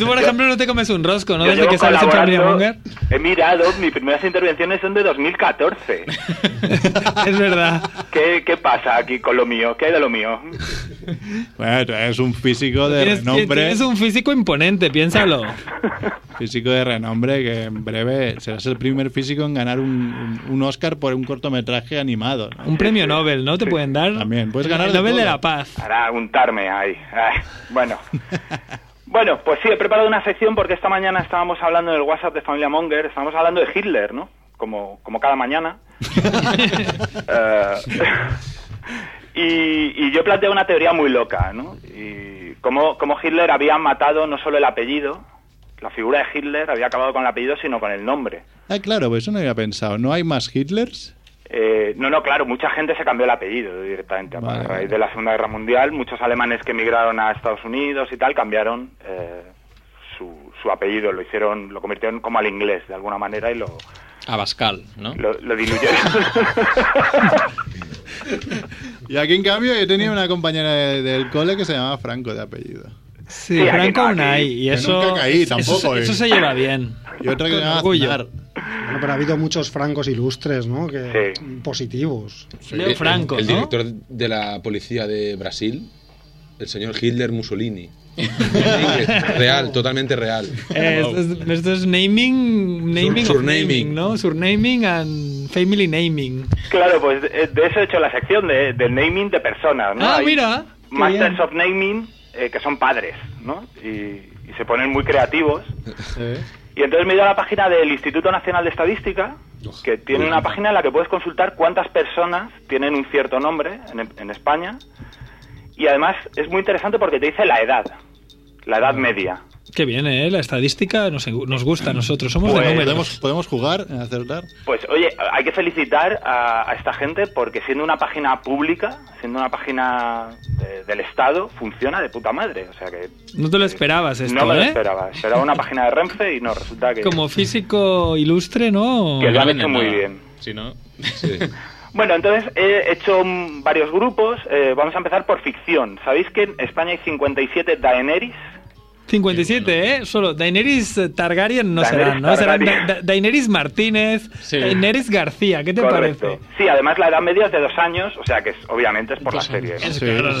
[SPEAKER 3] Tú, por ejemplo, no te comes un rosco, ¿no?
[SPEAKER 9] Yo
[SPEAKER 3] Desde
[SPEAKER 9] llevo
[SPEAKER 3] que sales en Familia Monger.
[SPEAKER 9] colaborando- He mirado, mis primeras intervenciones son
[SPEAKER 3] [laughs]
[SPEAKER 9] de 2014.
[SPEAKER 3] [laughs] es verdad.
[SPEAKER 9] ¿Qué, ¿Qué pasa aquí con lo mío? ¿Qué hay de lo mío?
[SPEAKER 1] Bueno, es un físico de
[SPEAKER 3] Tienes,
[SPEAKER 1] renombre.
[SPEAKER 3] tienes un físico imponente, piénsalo.
[SPEAKER 1] Físico de renombre que en breve serás el primer físico en ganar un, un- un Oscar por un cortometraje animado. ¿no?
[SPEAKER 3] [laughs] Un premio Nobel, ¿no? Te pueden dar.
[SPEAKER 1] También, puedes ganar
[SPEAKER 3] El
[SPEAKER 1] de
[SPEAKER 3] Nobel de
[SPEAKER 1] todo. [laughs]
[SPEAKER 3] la Paz.
[SPEAKER 9] Para untarme ahí. Ay, bueno. Bueno, pues sí, he preparado una sección porque esta mañana estábamos hablando en el WhatsApp de Familia Monger, estábamos hablando de Hitler, ¿no? Como, como cada mañana. Eh, [laughs] y, y yo planteo una teoría muy loca, ¿no? Y cómo, cómo Hitler había matado no solo el apellido, la figura de Hitler había acabado con el apellido, sino con el nombre.
[SPEAKER 1] Ah, claro, pues eso no había pensado. ¿No hay más Hitlers?
[SPEAKER 9] Eh, no, no, claro, mucha gente se cambió el apellido directamente.
[SPEAKER 1] Vale.
[SPEAKER 9] A raíz de la Segunda Guerra Mundial, muchos alemanes que emigraron a Estados Unidos y tal cambiaron eh, su, su apellido, lo hicieron, lo convirtieron como al inglés de alguna manera y lo,
[SPEAKER 4] Abascal, ¿no?
[SPEAKER 9] lo,
[SPEAKER 1] [laughs]
[SPEAKER 9] lo diluyeron.
[SPEAKER 1] Y aquí, en cambio, yo tenía una compañera de- del cole que se llamaba Franco de apellido.
[SPEAKER 3] Sí,
[SPEAKER 9] Sí, aquí
[SPEAKER 3] Franco
[SPEAKER 9] no, aquí-
[SPEAKER 3] Unai. Y
[SPEAKER 1] que
[SPEAKER 3] eso,
[SPEAKER 1] nunca caí
[SPEAKER 3] eso
[SPEAKER 1] tampoco,
[SPEAKER 3] se-
[SPEAKER 1] eh.
[SPEAKER 3] eso se lleva bien.
[SPEAKER 1] Y otra que se
[SPEAKER 3] Con
[SPEAKER 1] llamaba
[SPEAKER 3] orgullo.
[SPEAKER 1] Aznar.
[SPEAKER 5] Bueno, pero ha habido muchos francos ilustres, ¿no? Que, Positivos.
[SPEAKER 3] Leo Franco,
[SPEAKER 2] El, el
[SPEAKER 3] ¿no?
[SPEAKER 2] director de la policía de Brasil, el señor Hitler
[SPEAKER 3] [laughs]
[SPEAKER 2] Mussolini. real, totalmente real.
[SPEAKER 3] Eh, esto, es, esto es naming, naming,
[SPEAKER 2] Sur-
[SPEAKER 3] of naming,
[SPEAKER 2] surnaming.
[SPEAKER 3] ¿no? Surnaming and family naming.
[SPEAKER 9] Claro, pues de, de eso he hecho la sección de, del naming de personas, ¿no?
[SPEAKER 3] Ah,
[SPEAKER 9] Hay
[SPEAKER 3] mira, qué
[SPEAKER 9] Masters
[SPEAKER 3] bien.
[SPEAKER 9] of Naming eh, que son padres, ¿no? Y, y se ponen muy creativos. Y entonces me he ido a la página del Instituto Nacional de Estadística, que tiene una página en la que puedes consultar cuántas personas tienen un cierto nombre en, en España. Y además es muy interesante porque te dice la edad, la edad media.
[SPEAKER 3] Qué bien, ¿eh? La estadística nos, nos gusta a nosotros. Somos
[SPEAKER 9] Pues-
[SPEAKER 3] de números.
[SPEAKER 1] ¿Podemos, podemos jugar, acertar.
[SPEAKER 9] Pues oye, hay que felicitar a, a esta gente porque siendo una página pública, siendo una página de- del Estado, funciona de puta madre. O sea que
[SPEAKER 3] No te lo esperabas esto,
[SPEAKER 9] no me lo
[SPEAKER 3] ¿eh?
[SPEAKER 9] esperaba.
[SPEAKER 3] [laughs]
[SPEAKER 9] Esperaba una página de Renfe y no, resulta que,
[SPEAKER 3] Como físico ilustre, ¿no?
[SPEAKER 9] que lo han
[SPEAKER 4] venden
[SPEAKER 9] hecho muy
[SPEAKER 4] nada.
[SPEAKER 9] bien.
[SPEAKER 4] Si no,
[SPEAKER 2] Sí.
[SPEAKER 9] Bueno, entonces he hecho mm, varios grupos. Eh, vamos a empezar por ficción. ¿Sabéis que en España hay 57 Daenerys?
[SPEAKER 3] 57, ¿eh? Solo Daenerys Targaryen no
[SPEAKER 9] Daenerys
[SPEAKER 3] serán, ¿no? Serán
[SPEAKER 9] Targaryen.
[SPEAKER 3] Da- Da- Daenerys Martínez,
[SPEAKER 4] Sí.
[SPEAKER 3] Daenerys García, ¿qué te
[SPEAKER 9] Correcto.
[SPEAKER 3] parece?
[SPEAKER 9] Sí, además la edad media es de dos años, o sea que es- obviamente es por la serie. ¿no?
[SPEAKER 1] Sí, sí, ya
[SPEAKER 3] No,
[SPEAKER 1] tiene,
[SPEAKER 3] no,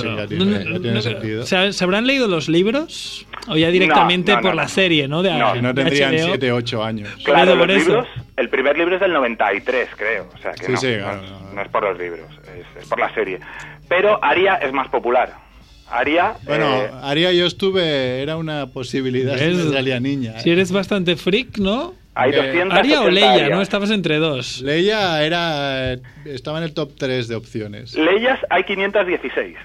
[SPEAKER 1] ya
[SPEAKER 3] no,
[SPEAKER 1] tiene
[SPEAKER 3] no,
[SPEAKER 1] sentido.
[SPEAKER 3] ¿se, se habrán leído los libros? ¿O ya directamente
[SPEAKER 9] No, no, no,
[SPEAKER 3] por la
[SPEAKER 9] no.
[SPEAKER 3] serie, ¿no? De,
[SPEAKER 9] No,
[SPEAKER 3] de
[SPEAKER 1] No tendrían
[SPEAKER 3] HBO.
[SPEAKER 1] 7, 8 años.
[SPEAKER 9] Claro,
[SPEAKER 3] Por
[SPEAKER 9] los
[SPEAKER 3] eso.
[SPEAKER 9] libros, el primer libro es del 93, creo. O sea, que
[SPEAKER 1] Sí,
[SPEAKER 9] no,
[SPEAKER 1] sí,
[SPEAKER 9] no
[SPEAKER 1] claro,
[SPEAKER 9] es-
[SPEAKER 1] no, no.
[SPEAKER 9] no es por los libros, es, es por la serie. Pero Aria es más popular. Aria.
[SPEAKER 1] Bueno,
[SPEAKER 9] eh,
[SPEAKER 1] Aria yo estuve, era una posibilidad
[SPEAKER 3] ¿Ves?
[SPEAKER 1] si me salía niña. ¿eh?
[SPEAKER 3] Si eres bastante freak, ¿no?
[SPEAKER 9] hay
[SPEAKER 1] eh,
[SPEAKER 9] 200.
[SPEAKER 3] Aria o Leia, ¿no? Estabas entre dos.
[SPEAKER 1] Leia era, eh, estaba en el top 3 de opciones.
[SPEAKER 9] Leyas hay 516.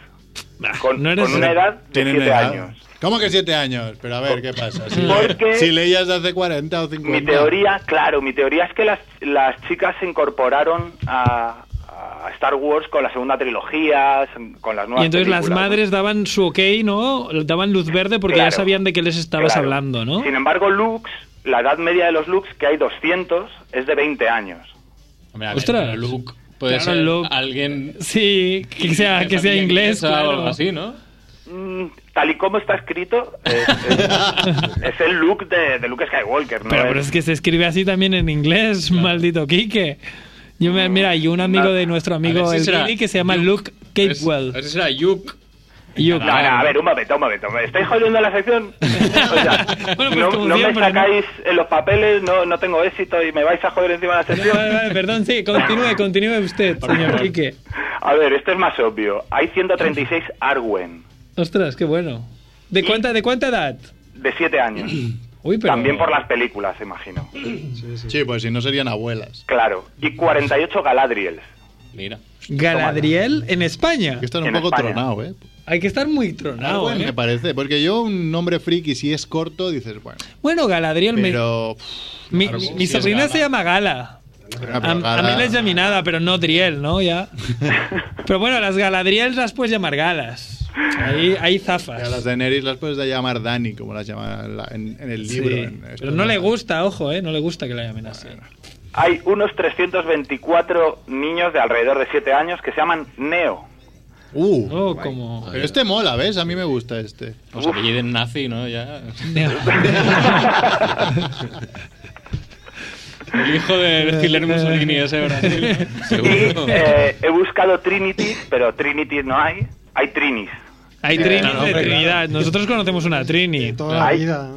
[SPEAKER 3] Bah,
[SPEAKER 9] Con,
[SPEAKER 3] no eres
[SPEAKER 9] con una edad de
[SPEAKER 1] Tienen
[SPEAKER 9] 7
[SPEAKER 1] edad.
[SPEAKER 9] años.
[SPEAKER 1] ¿Cómo que 7 años? Pero a ver, ¿qué pasa? Si,
[SPEAKER 9] Porque-
[SPEAKER 1] si Leia es de hace 40 o
[SPEAKER 3] Pues
[SPEAKER 1] 50.
[SPEAKER 9] Mi teoría, claro, mi teoría es que las, las chicas se incorporaron a, a Star Wars con la segunda trilogía, con las nuevas
[SPEAKER 3] Y entonces las
[SPEAKER 9] películas, ¿no?
[SPEAKER 3] madres daban su ok, ¿no? Daban luz verde porque ya
[SPEAKER 9] Claro.
[SPEAKER 3] sabían de qué les estabas
[SPEAKER 9] Claro.
[SPEAKER 3] hablando, ¿no?
[SPEAKER 9] Sin embargo, Lux, la edad media de los Lux, que hay 200, es de 20 años.
[SPEAKER 10] Hombre, a
[SPEAKER 3] Ostras.
[SPEAKER 10] pero Luke puede
[SPEAKER 3] Claro,
[SPEAKER 10] ser
[SPEAKER 3] Luke.
[SPEAKER 10] alguien
[SPEAKER 3] Sí, [laughs] que sea,
[SPEAKER 10] de
[SPEAKER 3] que sea
[SPEAKER 10] familia
[SPEAKER 3] inglés,
[SPEAKER 10] inglesa o
[SPEAKER 3] claro.
[SPEAKER 10] algo así, ¿no?
[SPEAKER 9] Mm, tal y como está escrito, es, es- es el look de, de Luke Skywalker, ¿no?
[SPEAKER 3] Pero, pero es que se escribe así también en inglés, maldito Quique. Yo me, mira, hay un amigo
[SPEAKER 9] Nada.
[SPEAKER 3] de nuestro amigo
[SPEAKER 10] A ver si
[SPEAKER 3] el
[SPEAKER 10] será
[SPEAKER 3] Billy que se llama Luke
[SPEAKER 10] Luke.
[SPEAKER 3] Capewell.
[SPEAKER 10] A ver si será Luke.
[SPEAKER 3] Luke.
[SPEAKER 9] No, no, a ver, un momento, un momento. ¿Me estáis jodiendo
[SPEAKER 3] [laughs]
[SPEAKER 9] la sección? O sea,
[SPEAKER 3] Bueno, pues
[SPEAKER 9] no,
[SPEAKER 3] como
[SPEAKER 9] no me
[SPEAKER 3] siempre, ¿no?
[SPEAKER 9] sacáis en los papeles, no, no tengo éxito y me vais a joder encima de la
[SPEAKER 3] [laughs] Vale, [laughs]
[SPEAKER 9] sección.
[SPEAKER 3] vale, vale, perdón, sí, continúe, continúe usted, señor Quique.
[SPEAKER 9] A ver, esto es más obvio. Hay 136 Arwen,
[SPEAKER 3] Ostras, qué bueno. ¿De cuánta, de cuánta edad?
[SPEAKER 9] de 7 años.
[SPEAKER 3] Uy, [clears throat] pero...
[SPEAKER 9] También por las películas, imagino.
[SPEAKER 1] Sí, pues si no serían abuelas.
[SPEAKER 9] Claro. Y 48 Galadriels.
[SPEAKER 10] Mira.
[SPEAKER 3] Galadriel en España.
[SPEAKER 1] Que están un
[SPEAKER 9] En
[SPEAKER 1] poco
[SPEAKER 9] España.
[SPEAKER 1] tronado, ¿eh?
[SPEAKER 3] Hay que estar muy tronado.
[SPEAKER 1] Arwen,
[SPEAKER 3] ¿eh?
[SPEAKER 1] me parece. Porque yo, un nombre friki, si es corto, dices, bueno.
[SPEAKER 3] Bueno, Galadriel, me-
[SPEAKER 1] Pero. pff,
[SPEAKER 3] mi,
[SPEAKER 10] claro, sí,
[SPEAKER 3] mi
[SPEAKER 10] es
[SPEAKER 3] sobrina
[SPEAKER 10] Gala.
[SPEAKER 3] se llama Gala.
[SPEAKER 1] una
[SPEAKER 3] A, a
[SPEAKER 1] pegada.
[SPEAKER 3] mí les llaminada, pero no Driel, ¿no? Ya. Pero bueno, las Galadriel las puedes llamar Galas. Ahí, ahí
[SPEAKER 1] A las
[SPEAKER 3] zafas.
[SPEAKER 1] de Neris las puedes llamar Dani, como las llama la- en, en el
[SPEAKER 3] Sí,
[SPEAKER 1] libro. en- este esto
[SPEAKER 3] Pero no
[SPEAKER 1] es
[SPEAKER 3] le
[SPEAKER 1] una-
[SPEAKER 3] gusta, ojo, ¿eh? No le gusta que la llamen así.
[SPEAKER 9] Hay unos 324 niños de alrededor de 7 años que se llaman Neo.
[SPEAKER 1] Uh,
[SPEAKER 3] Oh,
[SPEAKER 1] [laughs]
[SPEAKER 3] como...
[SPEAKER 1] pero este mola, ¿ves? A mí me gusta este.
[SPEAKER 10] Pues apelliden nazi, ¿no? Ya. El hijo de Hitler Mussolini ese de Brasil.
[SPEAKER 9] Y eh, he buscado Trinity, pero Trinity no hay. Hay Trinis.
[SPEAKER 3] Hay trinis
[SPEAKER 10] claro,
[SPEAKER 3] de
[SPEAKER 10] hombre,
[SPEAKER 3] Trinidad. Nosotros conocemos una Trini.
[SPEAKER 5] Toda la
[SPEAKER 9] Ay.
[SPEAKER 5] vida.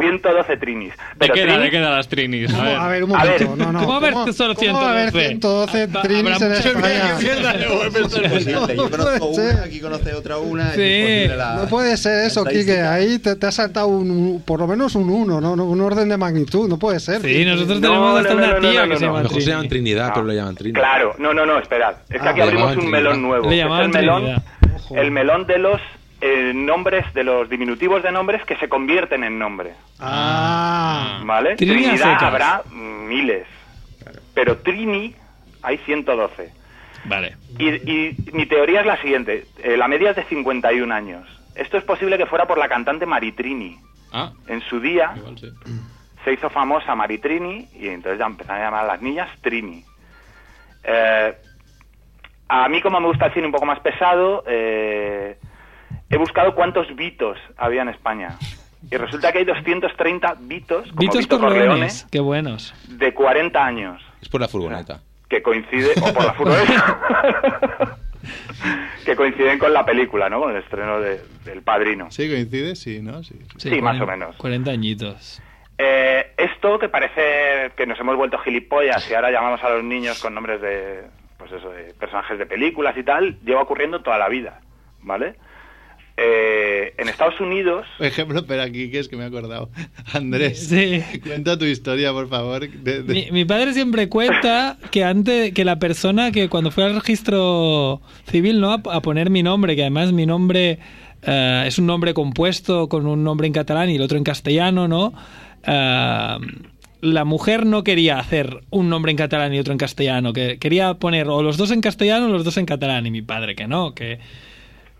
[SPEAKER 9] 112 Trinis.
[SPEAKER 10] ¿De
[SPEAKER 9] Pero
[SPEAKER 10] qué edad,
[SPEAKER 9] Trini-
[SPEAKER 10] de qué edad las trinis? A ver.
[SPEAKER 5] A ver, un
[SPEAKER 9] A ver.
[SPEAKER 5] momento. no, no.
[SPEAKER 3] ¿Cómo va a haber solo
[SPEAKER 5] cómo va a haber
[SPEAKER 3] 112?
[SPEAKER 5] 112 trinis en
[SPEAKER 3] Habrá mucha
[SPEAKER 5] España?
[SPEAKER 6] Imposible.
[SPEAKER 3] [laughs]
[SPEAKER 6] Yo conozco
[SPEAKER 5] Sí.
[SPEAKER 6] una, aquí conoce otra una. es
[SPEAKER 3] Sí.
[SPEAKER 6] imposible la-
[SPEAKER 5] No puede ser eso,
[SPEAKER 6] la
[SPEAKER 5] Quique.
[SPEAKER 6] estadística.
[SPEAKER 5] Ahí te, te has saltado un- un, por lo menos un 1, ¿no? No, un orden de magnitud. No puede ser.
[SPEAKER 3] Sí, nosotros
[SPEAKER 9] No,
[SPEAKER 3] tenemos
[SPEAKER 9] no,
[SPEAKER 3] hasta
[SPEAKER 9] no,
[SPEAKER 3] una
[SPEAKER 9] no,
[SPEAKER 3] tía
[SPEAKER 9] no,
[SPEAKER 3] que
[SPEAKER 9] no,
[SPEAKER 3] se
[SPEAKER 9] no.
[SPEAKER 3] llama
[SPEAKER 2] A lo mejor se llaman
[SPEAKER 3] Trini.
[SPEAKER 2] Trinidad,
[SPEAKER 9] No.
[SPEAKER 2] pero le llaman Trinidad.
[SPEAKER 9] Claro, no, no, no, esperad. Es que
[SPEAKER 10] Ah,
[SPEAKER 9] aquí
[SPEAKER 10] le
[SPEAKER 9] abrimos
[SPEAKER 10] llamaban
[SPEAKER 9] un
[SPEAKER 10] Trinidad.
[SPEAKER 9] melón nuevo.
[SPEAKER 3] Le
[SPEAKER 9] que es
[SPEAKER 3] llamaban
[SPEAKER 9] el melón,
[SPEAKER 3] Trinidad.
[SPEAKER 5] Ojo.
[SPEAKER 9] el melón de los eh, nombres, de los diminutivos de nombres que se convierten en nombre.
[SPEAKER 5] Ah.
[SPEAKER 9] ¿Vale?
[SPEAKER 3] Trini a
[SPEAKER 9] Trinidad
[SPEAKER 3] secas.
[SPEAKER 9] habrá miles. Pero Trini hay 112.
[SPEAKER 10] Vale.
[SPEAKER 9] Y, y mi teoría es la siguiente. eh, la media es de 51 años. Esto es posible que fuera por la cantante Maritrini.
[SPEAKER 10] Ah,
[SPEAKER 9] En su día
[SPEAKER 10] igual sí.
[SPEAKER 9] se hizo famosa Maritrini y entonces ya empezaron a llamar a las niñas Trini. Eh, a mí, como me gusta el cine un poco más pesado, eh, he buscado cuántos Vitos había en España. Y resulta que hay 230 vitos, como
[SPEAKER 3] Vitos
[SPEAKER 9] Vito Corleone,
[SPEAKER 3] Corleones, qué buenos.
[SPEAKER 9] de 40 años,
[SPEAKER 2] Es por la furgoneta.
[SPEAKER 9] que coincide, o por la furgoneta, que coinciden con la película, ¿no? Con el estreno de- del Padrino.
[SPEAKER 1] Sí, coincide, sí, ¿no? Sí,
[SPEAKER 9] Sí, más o
[SPEAKER 3] cuaren-
[SPEAKER 9] menos.
[SPEAKER 3] 40 añitos.
[SPEAKER 9] Eh, esto que parece que nos hemos vuelto gilipollas y ahora llamamos a los niños con nombres de, pues eso, de personajes de películas y tal, lleva ocurriendo toda la vida, ¿vale? Eh, en Estados Unidos,
[SPEAKER 1] Por ejemplo, pero aquí que es que me he acordado. [laughs] Andrés,
[SPEAKER 3] Sí.
[SPEAKER 1] cuenta tu historia, por favor. de- de-
[SPEAKER 3] Mi, mi padre siempre cuenta que antes que la persona que cuando fue al registro civil no a, a poner mi nombre, que además mi nombre eh, es un nombre compuesto con un nombre en catalán y el otro en castellano, ¿no? Eh, la mujer no quería hacer un nombre en catalán y otro en castellano, que quería poner o los dos en castellano o los dos en catalán y mi padre que no, que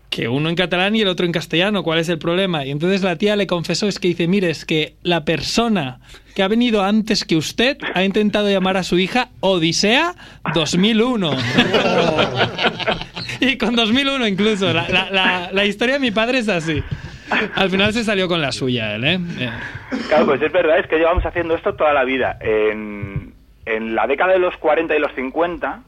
[SPEAKER 3] que uno en catalán y el otro en castellano, ¿cuál es el problema? Y entonces la tía le confesó, es que dice, mire, es que la persona que ha venido antes que usted ha intentado llamar a su hija Odisea 2001. y con 2001 incluso, la, la- la- la historia de mi padre es así. Al final se salió con la suya él, ¿eh? Eh,
[SPEAKER 9] claro, pues es verdad, es que llevamos haciendo esto toda la vida. En, en la década de los 40 y los 50,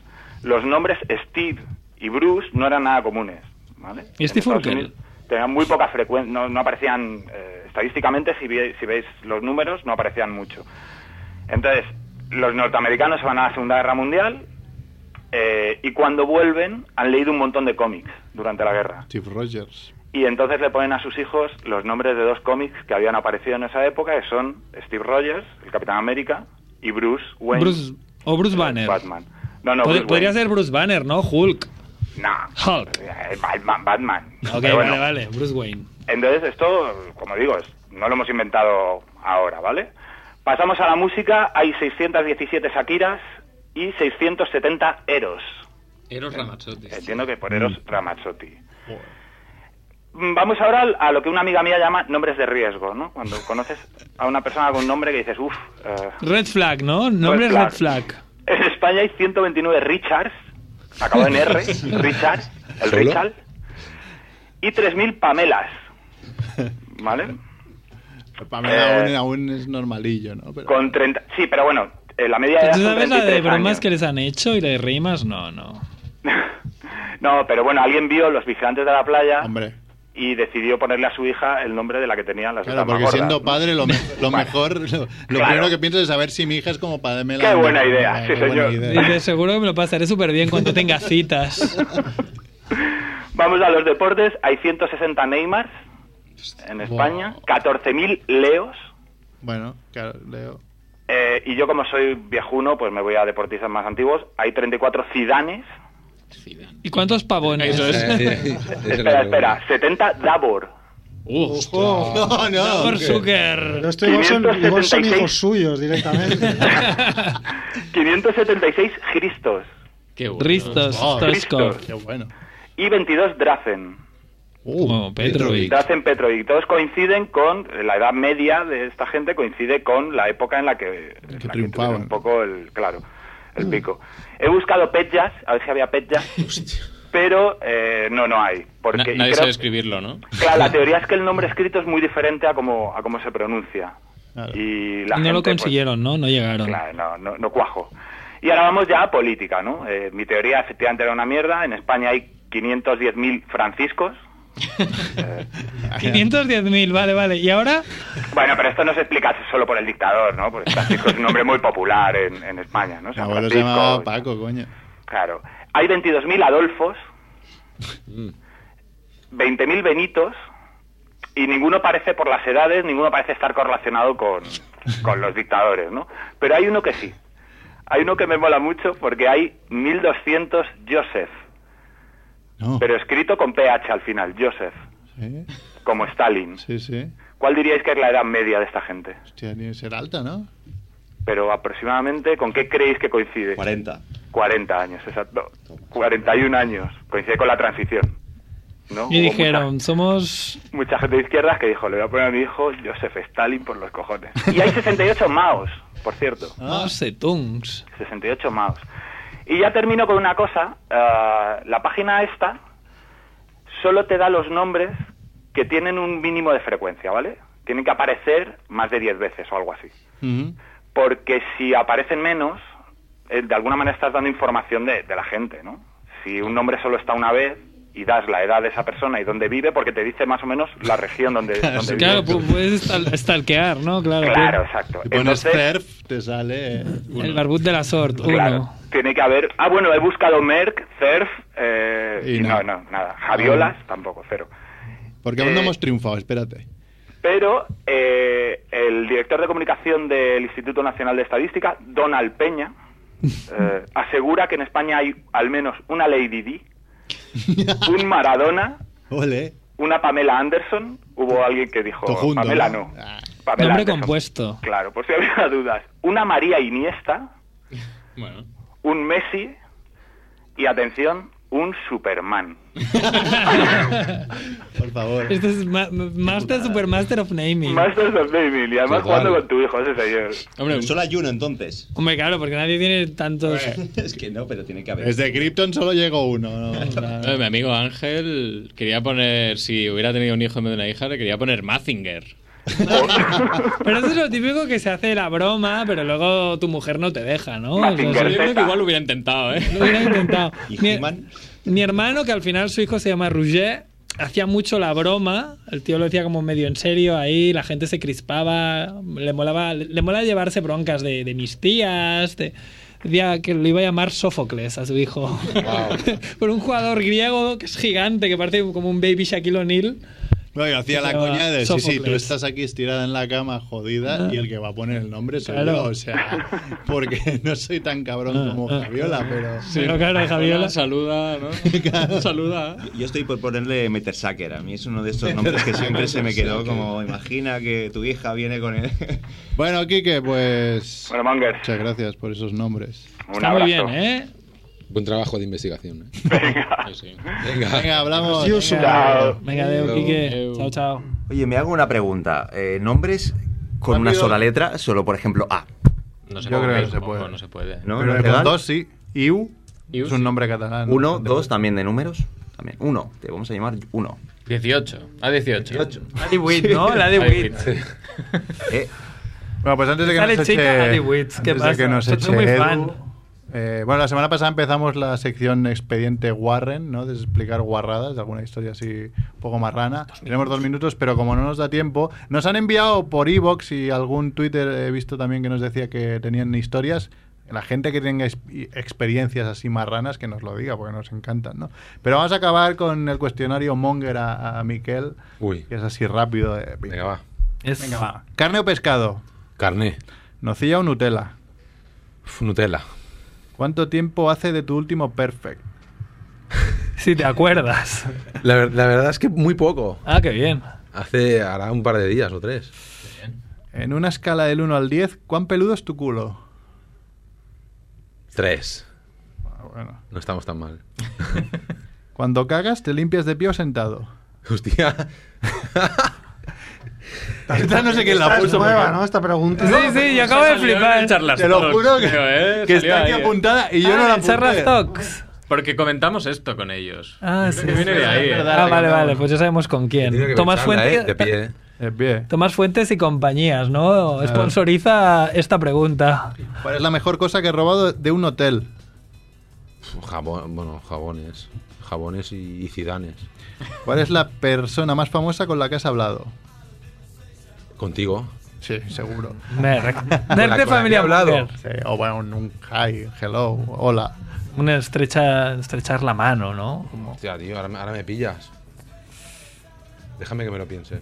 [SPEAKER 9] los nombres Steve y Bruce no eran nada comunes, ¿vale?
[SPEAKER 3] ¿Y Steve
[SPEAKER 9] En Estados
[SPEAKER 3] Urkel?
[SPEAKER 9] Unidos Tenían muy poca frecuencia, no, no aparecían eh, estadísticamente, si, vi- si veis los números, no aparecían mucho. Entonces, los norteamericanos se van a la Segunda Guerra Mundial eh, y cuando vuelven han leído un montón de cómics durante la guerra.
[SPEAKER 1] Steve Rogers.
[SPEAKER 9] Y entonces le ponen a sus hijos los nombres de dos cómics que habían aparecido en esa época, que son Steve Rogers, el Capitán América, y Bruce Wayne,
[SPEAKER 3] Bruce, o Bruce Banner.
[SPEAKER 9] Batman. No, no,
[SPEAKER 3] Pod-
[SPEAKER 9] Bruce
[SPEAKER 3] podría
[SPEAKER 9] Wayne.
[SPEAKER 3] ser Bruce Banner, ¿no? Hulk.
[SPEAKER 9] No,
[SPEAKER 3] Hulk.
[SPEAKER 9] eh, Batman, Batman.
[SPEAKER 3] Ok,
[SPEAKER 9] Pero bueno,
[SPEAKER 3] vale, vale, Bruce Wayne.
[SPEAKER 9] Entonces esto, como digo, es- no lo hemos inventado ahora, ¿vale? Pasamos a la música, hay 617 Shakiras y 670 Eros.
[SPEAKER 11] Eros Ramazzotti.
[SPEAKER 9] Entiendo que por Eros Ramazzotti. Mm, Vamos ahora al- a lo que una amiga mía llama nombres de riesgo, ¿no? Cuando conoces a una persona con un nombre que dices, uff,
[SPEAKER 3] Red Flag, ¿no? Nombre
[SPEAKER 9] Red
[SPEAKER 3] Red Flag.
[SPEAKER 9] en España hay 129 Richards, acabado en R, Richards, el
[SPEAKER 3] ¿Solo?
[SPEAKER 9] Richard, y 3.000 Pamelas, ¿vale?
[SPEAKER 1] Pamela aún,
[SPEAKER 9] Eh,
[SPEAKER 1] aún es normalillo, ¿no? Pero-
[SPEAKER 9] Con 30... Sí, pero bueno, eh, la media edad
[SPEAKER 3] ¿Tú
[SPEAKER 9] son
[SPEAKER 3] sabes la de
[SPEAKER 9] 33
[SPEAKER 3] bromas
[SPEAKER 9] años.
[SPEAKER 3] que les han hecho y la de rimas? No, no.
[SPEAKER 9] [laughs] No, pero bueno, alguien vio Los Vigilantes de la Playa
[SPEAKER 1] Hombre.
[SPEAKER 9] y decidió ponerle a su hija el nombre de la que tenían las
[SPEAKER 1] Claro,
[SPEAKER 9] otras más
[SPEAKER 1] porque
[SPEAKER 9] gordas,
[SPEAKER 1] siendo
[SPEAKER 9] ¿no?
[SPEAKER 1] padre, lo, me- lo mejor, lo, lo
[SPEAKER 9] Claro.
[SPEAKER 1] primero que pienso es saber si mi hija es como Pamela.
[SPEAKER 9] Qué buena
[SPEAKER 1] Anderson.
[SPEAKER 9] idea,
[SPEAKER 1] Ah,
[SPEAKER 9] sí,
[SPEAKER 1] qué buena
[SPEAKER 9] señor.
[SPEAKER 1] idea.
[SPEAKER 3] Dice, seguro que me lo pasaré súper bien cuando tenga citas.
[SPEAKER 9] Vamos a los deportes. Hay 160 Neymars en España, 14.000 Leos.
[SPEAKER 1] Bueno, claro, Leo.
[SPEAKER 9] eh, y yo, como soy viejuno, pues me voy a deportistas más antiguos. Hay 34 Zidanes.
[SPEAKER 3] ¿Y cuántos pavones?
[SPEAKER 10] Eso
[SPEAKER 2] Eh,
[SPEAKER 10] es.
[SPEAKER 2] [laughs]
[SPEAKER 9] Espera, espera. 70 Davor.
[SPEAKER 5] Ojo.
[SPEAKER 1] [laughs] No, no.
[SPEAKER 3] Por Zucker.
[SPEAKER 5] Pero esto igual son, igual son
[SPEAKER 9] 576.
[SPEAKER 5] hijos suyos
[SPEAKER 1] [laughs]
[SPEAKER 5] directamente.
[SPEAKER 9] 576 Christos.
[SPEAKER 11] Qué bueno.
[SPEAKER 3] Ristos,
[SPEAKER 9] Ah,
[SPEAKER 1] Oh,
[SPEAKER 3] Stoichkov.
[SPEAKER 9] Christos.
[SPEAKER 1] Qué bueno.
[SPEAKER 9] Y 22 Drazen.
[SPEAKER 3] Oh, Petrovic.
[SPEAKER 9] Drazen Petrovic. Todos coinciden con la edad media de esta gente, coincide con la época en la que, en la que
[SPEAKER 1] triunfaban. Mm.
[SPEAKER 9] tuvieron un poco el, claro, el pico. He buscado petjas, a ver si había petjas,
[SPEAKER 1] [laughs]
[SPEAKER 9] pero eh, no, no hay.
[SPEAKER 10] Na-
[SPEAKER 9] Porque y
[SPEAKER 10] nadie
[SPEAKER 9] creo-
[SPEAKER 10] sabe escribirlo, ¿no?
[SPEAKER 9] Claro, la teoría es que el nombre escrito es muy diferente a cómo, a cómo se pronuncia.
[SPEAKER 1] Claro.
[SPEAKER 9] Y la
[SPEAKER 3] No lo
[SPEAKER 9] gente, pues,
[SPEAKER 3] consiguieron, ¿no? No llegaron.
[SPEAKER 9] Claro, no, no, no cuajo. Y ahora vamos ya a política, ¿no? Eh, mi teoría efectivamente era una mierda. En España hay 510.000 franciscos.
[SPEAKER 3] 510.000, vale, vale. ¿Y ahora?
[SPEAKER 9] Bueno, pero esto no se explica solo por el dictador, ¿no? Porque Francisco es un nombre muy popular en, en España, ¿no?
[SPEAKER 1] Mi
[SPEAKER 9] San
[SPEAKER 1] abuelo se
[SPEAKER 9] Francisco,
[SPEAKER 1] llamaba Paco, coño.
[SPEAKER 9] Claro. Hay 22.000 Adolfos, 20.000 Benitos, y ninguno parece, por las edades, ninguno parece estar correlacionado con, con los dictadores, ¿no? Pero hay uno que sí. Hay uno que me mola mucho porque hay 1.200 Joseph,
[SPEAKER 1] No.
[SPEAKER 9] pero escrito con PH al final, Joseph,
[SPEAKER 1] Sí,
[SPEAKER 9] como Stalin.
[SPEAKER 1] sí, sí.
[SPEAKER 9] ¿Cuál diríais que es la edad media de esta gente?
[SPEAKER 1] Hostia, tiene que ser alta, ¿no?
[SPEAKER 9] Pero aproximadamente, ¿con qué creéis que coincide?
[SPEAKER 6] 40.
[SPEAKER 9] 40 años, exacto. 41 años. Coincide con la transición. ¿no?
[SPEAKER 3] Y
[SPEAKER 9] Hubo
[SPEAKER 3] dijeron, somos...
[SPEAKER 9] Mucha, mucha gente de izquierdas que dijo, le voy a poner a mi hijo Joseph Stalin por los cojones. Y hay 68 maos, por cierto.
[SPEAKER 3] Mao Zedongs.
[SPEAKER 9] 68 maos. Y ya termino con una cosa. ah, la página esta solo te da los nombres que tienen un mínimo de frecuencia, ¿vale? Tienen que aparecer más de 10 veces o algo así. Porque si aparecen menos, eh, de alguna manera estás dando información de, de la gente, ¿no? Si un nombre solo está una vez y das la edad de esa persona y dónde vive, porque te dice más o menos la región donde,
[SPEAKER 3] Claro,
[SPEAKER 9] donde
[SPEAKER 3] claro, pues,
[SPEAKER 9] vive.
[SPEAKER 3] pu- puedes stal- stalkear, ¿no? Claro,
[SPEAKER 9] Claro, exacto.
[SPEAKER 1] Si pones
[SPEAKER 9] Entonces-
[SPEAKER 1] perf, te sale. eh, uno.
[SPEAKER 3] El barbut de la sort, uno. [laughs]
[SPEAKER 9] Claro. Tiene que haber. Ah, bueno, he buscado Merck, CERF, eh,
[SPEAKER 1] Y
[SPEAKER 9] y,
[SPEAKER 1] no.
[SPEAKER 9] no. no, nada.
[SPEAKER 3] Ah,
[SPEAKER 9] Javiolas, tampoco, cero.
[SPEAKER 1] Porque aún no
[SPEAKER 9] Eh,
[SPEAKER 1] hemos triunfado, espérate.
[SPEAKER 9] Pero eh, el director de comunicación del Instituto Nacional de Estadística, Donald Peña, eh, asegura que en España hay al menos una Lady Di, un Maradona,
[SPEAKER 1] Ole.
[SPEAKER 9] una Pamela Anderson. Hubo alguien que dijo,
[SPEAKER 1] Todo junto,
[SPEAKER 9] Pamela
[SPEAKER 1] ¿no? Ah.
[SPEAKER 9] no. Pamela
[SPEAKER 3] Nombre
[SPEAKER 9] Anderson".
[SPEAKER 3] compuesto.
[SPEAKER 9] Claro, por si había dudas. Una María Iniesta,
[SPEAKER 11] Bueno.
[SPEAKER 9] un Messi y, atención, un Superman.
[SPEAKER 1] Por favor.
[SPEAKER 3] Esto Este es ma- ma- Master Supermaster of Naming.
[SPEAKER 9] Masters of Baby, y además
[SPEAKER 3] Qué
[SPEAKER 9] jugando
[SPEAKER 3] guay.
[SPEAKER 9] con tu hijo, ese señor.
[SPEAKER 3] Hombre,
[SPEAKER 12] Solo hay uno entonces.
[SPEAKER 3] Hombre, claro, porque nadie tiene tantos.
[SPEAKER 12] Es que no, pero tiene que
[SPEAKER 6] Eh.
[SPEAKER 12] haber.
[SPEAKER 1] Desde Krypton solo llegó uno. ¿no?
[SPEAKER 3] [laughs]
[SPEAKER 1] O sea,
[SPEAKER 10] No, mi amigo Ángel quería poner, si hubiera tenido un hijo en vez de una hija, le quería poner Mazinger.
[SPEAKER 3] Pero eso es lo típico que se hace la broma, pero luego tu mujer no te deja, ¿no? O sea,
[SPEAKER 10] Yo creo que igual lo hubiera intentado, ¿eh?
[SPEAKER 3] Lo hubiera intentado. mi, mi hermano, que al final su hijo se llama Rouget, hacía mucho la broma. El tío lo decía como medio en serio ahí, la gente se crispaba, le molaba, le mola llevarse broncas de, de mis tías. de- decía que lo iba a llamar Sófocles a su hijo. [laughs] Por un jugador griego que es gigante, que parece como un baby Shaquille O'Neal.
[SPEAKER 1] Bueno, yo hacía
[SPEAKER 3] Se
[SPEAKER 1] la
[SPEAKER 3] llamaba
[SPEAKER 1] coña de sí, sí, tú
[SPEAKER 3] Sófocles. Ah.
[SPEAKER 1] estás aquí estirada en la cama jodida y el que va a poner el nombre soy
[SPEAKER 3] Claro. Ah.
[SPEAKER 1] yo, o
[SPEAKER 3] [laughs]
[SPEAKER 1] sea, porque no soy tan cabrón como Javiola, pero
[SPEAKER 10] Hola, Saluda,
[SPEAKER 11] [laughs]
[SPEAKER 10] ¿no? Saluda.
[SPEAKER 12] Yo estoy por ponerle Metersacker. A mí es uno de estos nombres que siempre se me quedó como: imagina que tu hija viene con él.
[SPEAKER 1] Bueno, Quique, pues
[SPEAKER 9] Bueno, Monger.
[SPEAKER 1] Muchas gracias por esos nombres.
[SPEAKER 9] Está muy abrazo. bien,
[SPEAKER 3] ¿eh?
[SPEAKER 2] Buen trabajo de investigación. ¿eh?
[SPEAKER 1] Venga, hablamos.
[SPEAKER 6] Adiós,
[SPEAKER 1] Venga.
[SPEAKER 6] Chao.
[SPEAKER 3] Venga, Deo, Quique. Chao, chao.
[SPEAKER 6] [laughs] Oye, me hago una pregunta. Eh, ¿Nombres con una
[SPEAKER 1] Rápido.
[SPEAKER 6] sola letra? Solo, por ejemplo, A.
[SPEAKER 11] No se
[SPEAKER 1] Yo
[SPEAKER 11] puede,
[SPEAKER 1] creo que no se
[SPEAKER 11] tampoco,
[SPEAKER 1] puede.
[SPEAKER 11] No se puede.
[SPEAKER 6] ¿No?
[SPEAKER 1] Pero
[SPEAKER 6] ¿No te
[SPEAKER 1] con
[SPEAKER 6] dan?
[SPEAKER 1] dos sí. Iu
[SPEAKER 11] Iu,
[SPEAKER 1] es un
[SPEAKER 11] sí.
[SPEAKER 1] nombre catalán.
[SPEAKER 6] Uno, dos, también de números. También. Uno, te vamos a llamar uno.
[SPEAKER 11] 18. A 18.
[SPEAKER 3] La de Witt, ¿no? La de
[SPEAKER 11] A
[SPEAKER 3] Witt.
[SPEAKER 1] [laughs]
[SPEAKER 6] Eh,
[SPEAKER 1] Bueno, pues antes de que
[SPEAKER 3] Sale
[SPEAKER 1] nos
[SPEAKER 3] chica
[SPEAKER 1] eche,
[SPEAKER 3] Harry Witz, ¿qué
[SPEAKER 1] antes de
[SPEAKER 3] pasa?
[SPEAKER 1] que nos
[SPEAKER 3] Soy
[SPEAKER 1] eche
[SPEAKER 3] muy
[SPEAKER 1] Edu,
[SPEAKER 3] fan.
[SPEAKER 1] eh, bueno, la semana pasada empezamos la sección expediente Warren, ¿no? De explicar guarradas, de alguna historia así un poco marrana. Tenemos dos minutos, pero como no nos da tiempo, nos han enviado por Evox y algún Twitter he visto también que nos decía que tenían historias. La gente que tenga ex- experiencias así marranas que nos lo diga, porque nos encantan, ¿no? Pero vamos a acabar con el cuestionario Monger a, a Miquel,
[SPEAKER 2] Uy.
[SPEAKER 1] que es así rápido. de-
[SPEAKER 2] Venga, va.
[SPEAKER 1] Venga, va. ¿Carne o pescado?
[SPEAKER 2] Carné.
[SPEAKER 1] ¿Nocilla o Nutella?
[SPEAKER 2] Uf, Nutella.
[SPEAKER 1] ¿Cuánto tiempo hace de tu último perfect?
[SPEAKER 3] Si te acuerdas.
[SPEAKER 2] La, ver- la verdad es que muy poco.
[SPEAKER 3] Ah, qué bien.
[SPEAKER 2] Hace hará un par de días o tres.
[SPEAKER 1] En una escala del 1 al 10, ¿cuán peludo es tu culo?
[SPEAKER 2] Tres.
[SPEAKER 1] Ah, bueno.
[SPEAKER 2] No estamos tan mal. [laughs]
[SPEAKER 1] Cuando cagas, te limpias de pie o sentado.
[SPEAKER 2] Hostia.
[SPEAKER 1] Esta no sé quién
[SPEAKER 5] Esta
[SPEAKER 1] la
[SPEAKER 5] es
[SPEAKER 1] puso.
[SPEAKER 5] nueva,
[SPEAKER 1] porque-
[SPEAKER 5] ¿no? Esta pregunta.
[SPEAKER 3] Sí, sí, yo acabo de flipar.
[SPEAKER 1] Te lo juro que, que está aquí apuntada y yo no la apunté.
[SPEAKER 3] Ah, Stocks.
[SPEAKER 11] Porque comentamos esto con ellos.
[SPEAKER 3] Ah,
[SPEAKER 11] Creo
[SPEAKER 3] sí.
[SPEAKER 11] que viene de ahí.
[SPEAKER 1] es
[SPEAKER 11] ¿eh?
[SPEAKER 1] verdad.
[SPEAKER 3] Ah, vale,
[SPEAKER 1] Venga,
[SPEAKER 3] vale,
[SPEAKER 1] vamos.
[SPEAKER 3] pues ya sabemos con
[SPEAKER 2] Tiene que
[SPEAKER 3] quién. Tomás
[SPEAKER 2] pensarla,
[SPEAKER 3] Fuentes,
[SPEAKER 2] ¿eh? De pie. ¿eh?
[SPEAKER 1] De pie.
[SPEAKER 3] Tomás Fuentes y compañías, ¿no? Sponsoriza esta pregunta.
[SPEAKER 1] ¿Cuál es la mejor cosa que he robado de un hotel?
[SPEAKER 2] Uf, jabón- bueno, jabones. Jabones y, y cidanes.
[SPEAKER 1] ¿Cuál es la persona más famosa con la que has hablado?
[SPEAKER 2] Contigo.
[SPEAKER 1] Sí, seguro.
[SPEAKER 3] Merck.
[SPEAKER 2] Con
[SPEAKER 3] Merck
[SPEAKER 2] la-
[SPEAKER 3] de
[SPEAKER 2] con la que he
[SPEAKER 3] familia
[SPEAKER 2] hablado.
[SPEAKER 3] Munger.
[SPEAKER 1] Sí, o bueno, un, un hi, hello, hola.
[SPEAKER 3] Una estrecha, estrechar la mano, ¿no? Como-
[SPEAKER 2] Hostia, tío, ahora, me- ahora me pillas. Déjame que me lo piense.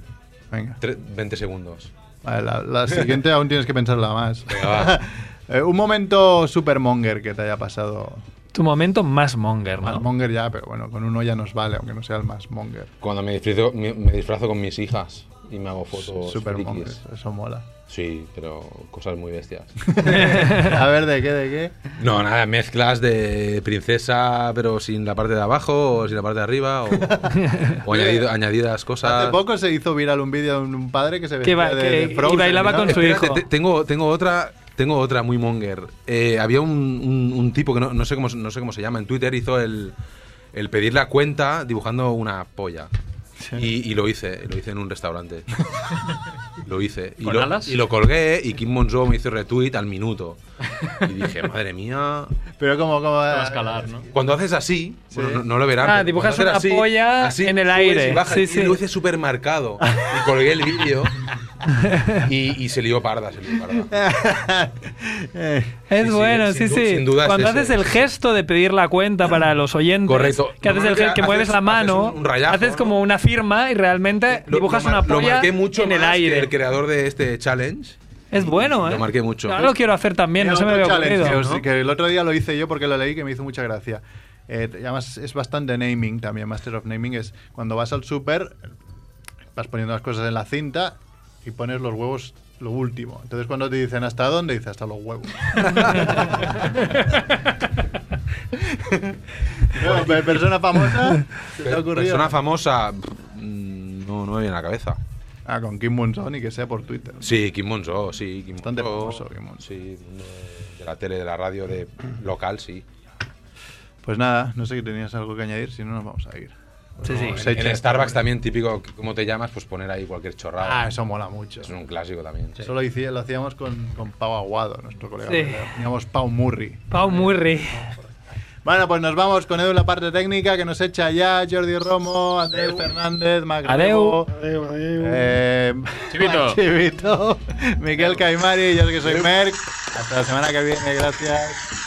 [SPEAKER 1] Venga.
[SPEAKER 2] Tre- 20 segundos.
[SPEAKER 1] Vale, la, la siguiente aún tienes que pensarla más.
[SPEAKER 2] Venga, va.
[SPEAKER 1] [laughs] Eh, un momento supermonger que te haya pasado.
[SPEAKER 3] Tu momento más Monger,
[SPEAKER 1] Más
[SPEAKER 3] ¿no?
[SPEAKER 1] monger ya, pero bueno, con uno ya nos vale, aunque no sea el más monger.
[SPEAKER 2] Cuando me disfrazo, me, me disfrazo con mis hijas y me hago fotos.
[SPEAKER 1] Supermonger,
[SPEAKER 2] Pues frikis.
[SPEAKER 1] eso
[SPEAKER 3] [laughs]
[SPEAKER 1] mola.
[SPEAKER 2] Sí, pero cosas muy bestias. [laughs]
[SPEAKER 1] A ver, ¿de qué, de qué?
[SPEAKER 2] No, nada, mezclas de princesa, pero sin la parte de abajo o sin la parte de arriba.
[SPEAKER 1] [laughs]
[SPEAKER 2] O, o añadido- añadidas
[SPEAKER 1] Hace
[SPEAKER 2] cosas.
[SPEAKER 1] poco se hizo viral un vídeo de un- un padre que se vestía
[SPEAKER 3] Que ba-
[SPEAKER 1] de,
[SPEAKER 3] que-
[SPEAKER 1] de
[SPEAKER 3] y
[SPEAKER 1] Frozen,
[SPEAKER 3] bailaba
[SPEAKER 1] ¿no?
[SPEAKER 3] con su-
[SPEAKER 2] Espérate,
[SPEAKER 3] hijo.
[SPEAKER 2] te- tengo, tengo otra. Tengo otra muy monger. Eh, había un, un- un tipo que no, no sé cómo, se- no sé cómo se llama. En Twitter hizo el, el pedir la cuenta dibujando una polla. Y, y lo hice, lo hice en un
[SPEAKER 3] [laughs]
[SPEAKER 2] restaurante. Lo hice. Y
[SPEAKER 4] ¿Con
[SPEAKER 2] lo,
[SPEAKER 4] alas?
[SPEAKER 2] y lo colgué y Kim Monzo me hizo retweet al minuto. Y dije,
[SPEAKER 3] [laughs]
[SPEAKER 2] madre mía.
[SPEAKER 1] Pero como. como [laughs]
[SPEAKER 2] a escalar, ¿no? Cuando haces así, bueno, no, no lo verán.
[SPEAKER 3] Ah,
[SPEAKER 2] pero
[SPEAKER 3] dibujas
[SPEAKER 2] cuando haces
[SPEAKER 3] una
[SPEAKER 2] así,
[SPEAKER 3] polla
[SPEAKER 2] así,
[SPEAKER 3] en el
[SPEAKER 2] subes
[SPEAKER 3] aire.
[SPEAKER 2] Y, bajas,
[SPEAKER 3] Sí,
[SPEAKER 2] y
[SPEAKER 3] sí.
[SPEAKER 2] lo hice súper marcado. Y colgué el
[SPEAKER 3] [laughs]
[SPEAKER 2] vídeo. Y, y se lió parda, se lió parda.
[SPEAKER 3] Es
[SPEAKER 1] Eh,
[SPEAKER 2] sí,
[SPEAKER 3] bueno, sí,
[SPEAKER 2] sin du-
[SPEAKER 3] sí.
[SPEAKER 2] sin duda es
[SPEAKER 3] Cuando
[SPEAKER 2] ese,
[SPEAKER 3] haces el gesto de pedir la cuenta para los oyentes,
[SPEAKER 2] Correcto.
[SPEAKER 3] que haces el
[SPEAKER 2] Normalmente
[SPEAKER 3] gesto, que mueves
[SPEAKER 2] haces-
[SPEAKER 3] la mano,
[SPEAKER 2] haces un rayazo, Eh,
[SPEAKER 3] haces como una firma y realmente dibujas
[SPEAKER 2] Lo mar-
[SPEAKER 3] una
[SPEAKER 2] Lo
[SPEAKER 3] polla
[SPEAKER 2] marqué mucho
[SPEAKER 3] en el
[SPEAKER 2] más que
[SPEAKER 3] aire.
[SPEAKER 2] el creador de este challenge.
[SPEAKER 3] Es bueno, ¿eh?
[SPEAKER 2] Lo marqué mucho.
[SPEAKER 3] Ahora lo quiero hacer también,
[SPEAKER 1] Era
[SPEAKER 3] no se me
[SPEAKER 1] otro
[SPEAKER 3] había
[SPEAKER 1] challenge,
[SPEAKER 3] ocurrido.
[SPEAKER 1] que os- que el otro día lo hice yo porque lo leí que me hizo mucha gracia. Eh, y además es bastante naming también, Master of Naming es cuando vas al súper, vas poniendo las cosas en la cinta y pones los huevos lo último. Entonces cuando te dicen hasta dónde, dices hasta los huevos.
[SPEAKER 2] [laughs]
[SPEAKER 1] No, pe- persona famosa, ¿se te ha ocurrido?
[SPEAKER 2] Persona famosa. mm, No, no me viene a la cabeza.
[SPEAKER 1] Ah, con Kim Monzón y que sea por Twitter.
[SPEAKER 2] Sí, Kim Monzo, sí. Kim
[SPEAKER 1] Bastante
[SPEAKER 2] Monzo,
[SPEAKER 1] famoso,
[SPEAKER 2] Sí, de- de la tele, de la radio, de local, sí.
[SPEAKER 1] Pues nada, no sé que tenías algo que añadir, si no nos vamos a ir.
[SPEAKER 2] No, en-
[SPEAKER 1] Se echa-
[SPEAKER 2] En Starbucks también, típico, como te llamas, pues poner ahí cualquier chorrada.
[SPEAKER 1] Ah, eso mola mucho.
[SPEAKER 2] Es un clásico también.
[SPEAKER 1] Eso lo, hici- lo hacíamos con, con Pau Aguado, nuestro colega.
[SPEAKER 3] Sí.
[SPEAKER 1] Teníamos Pau Murri.
[SPEAKER 3] [laughs] Pau Murri.
[SPEAKER 1] Bueno, pues nos vamos con Edu en la parte técnica que nos echa ya Jordi Romo, Andrés Fernández, Magdalena.
[SPEAKER 5] Adeu, adeu.
[SPEAKER 1] Eh, [laughs]
[SPEAKER 5] Chivito.
[SPEAKER 1] Chivito, Miquel Caimari, yo que soy Merck. Hasta la semana que viene, gracias.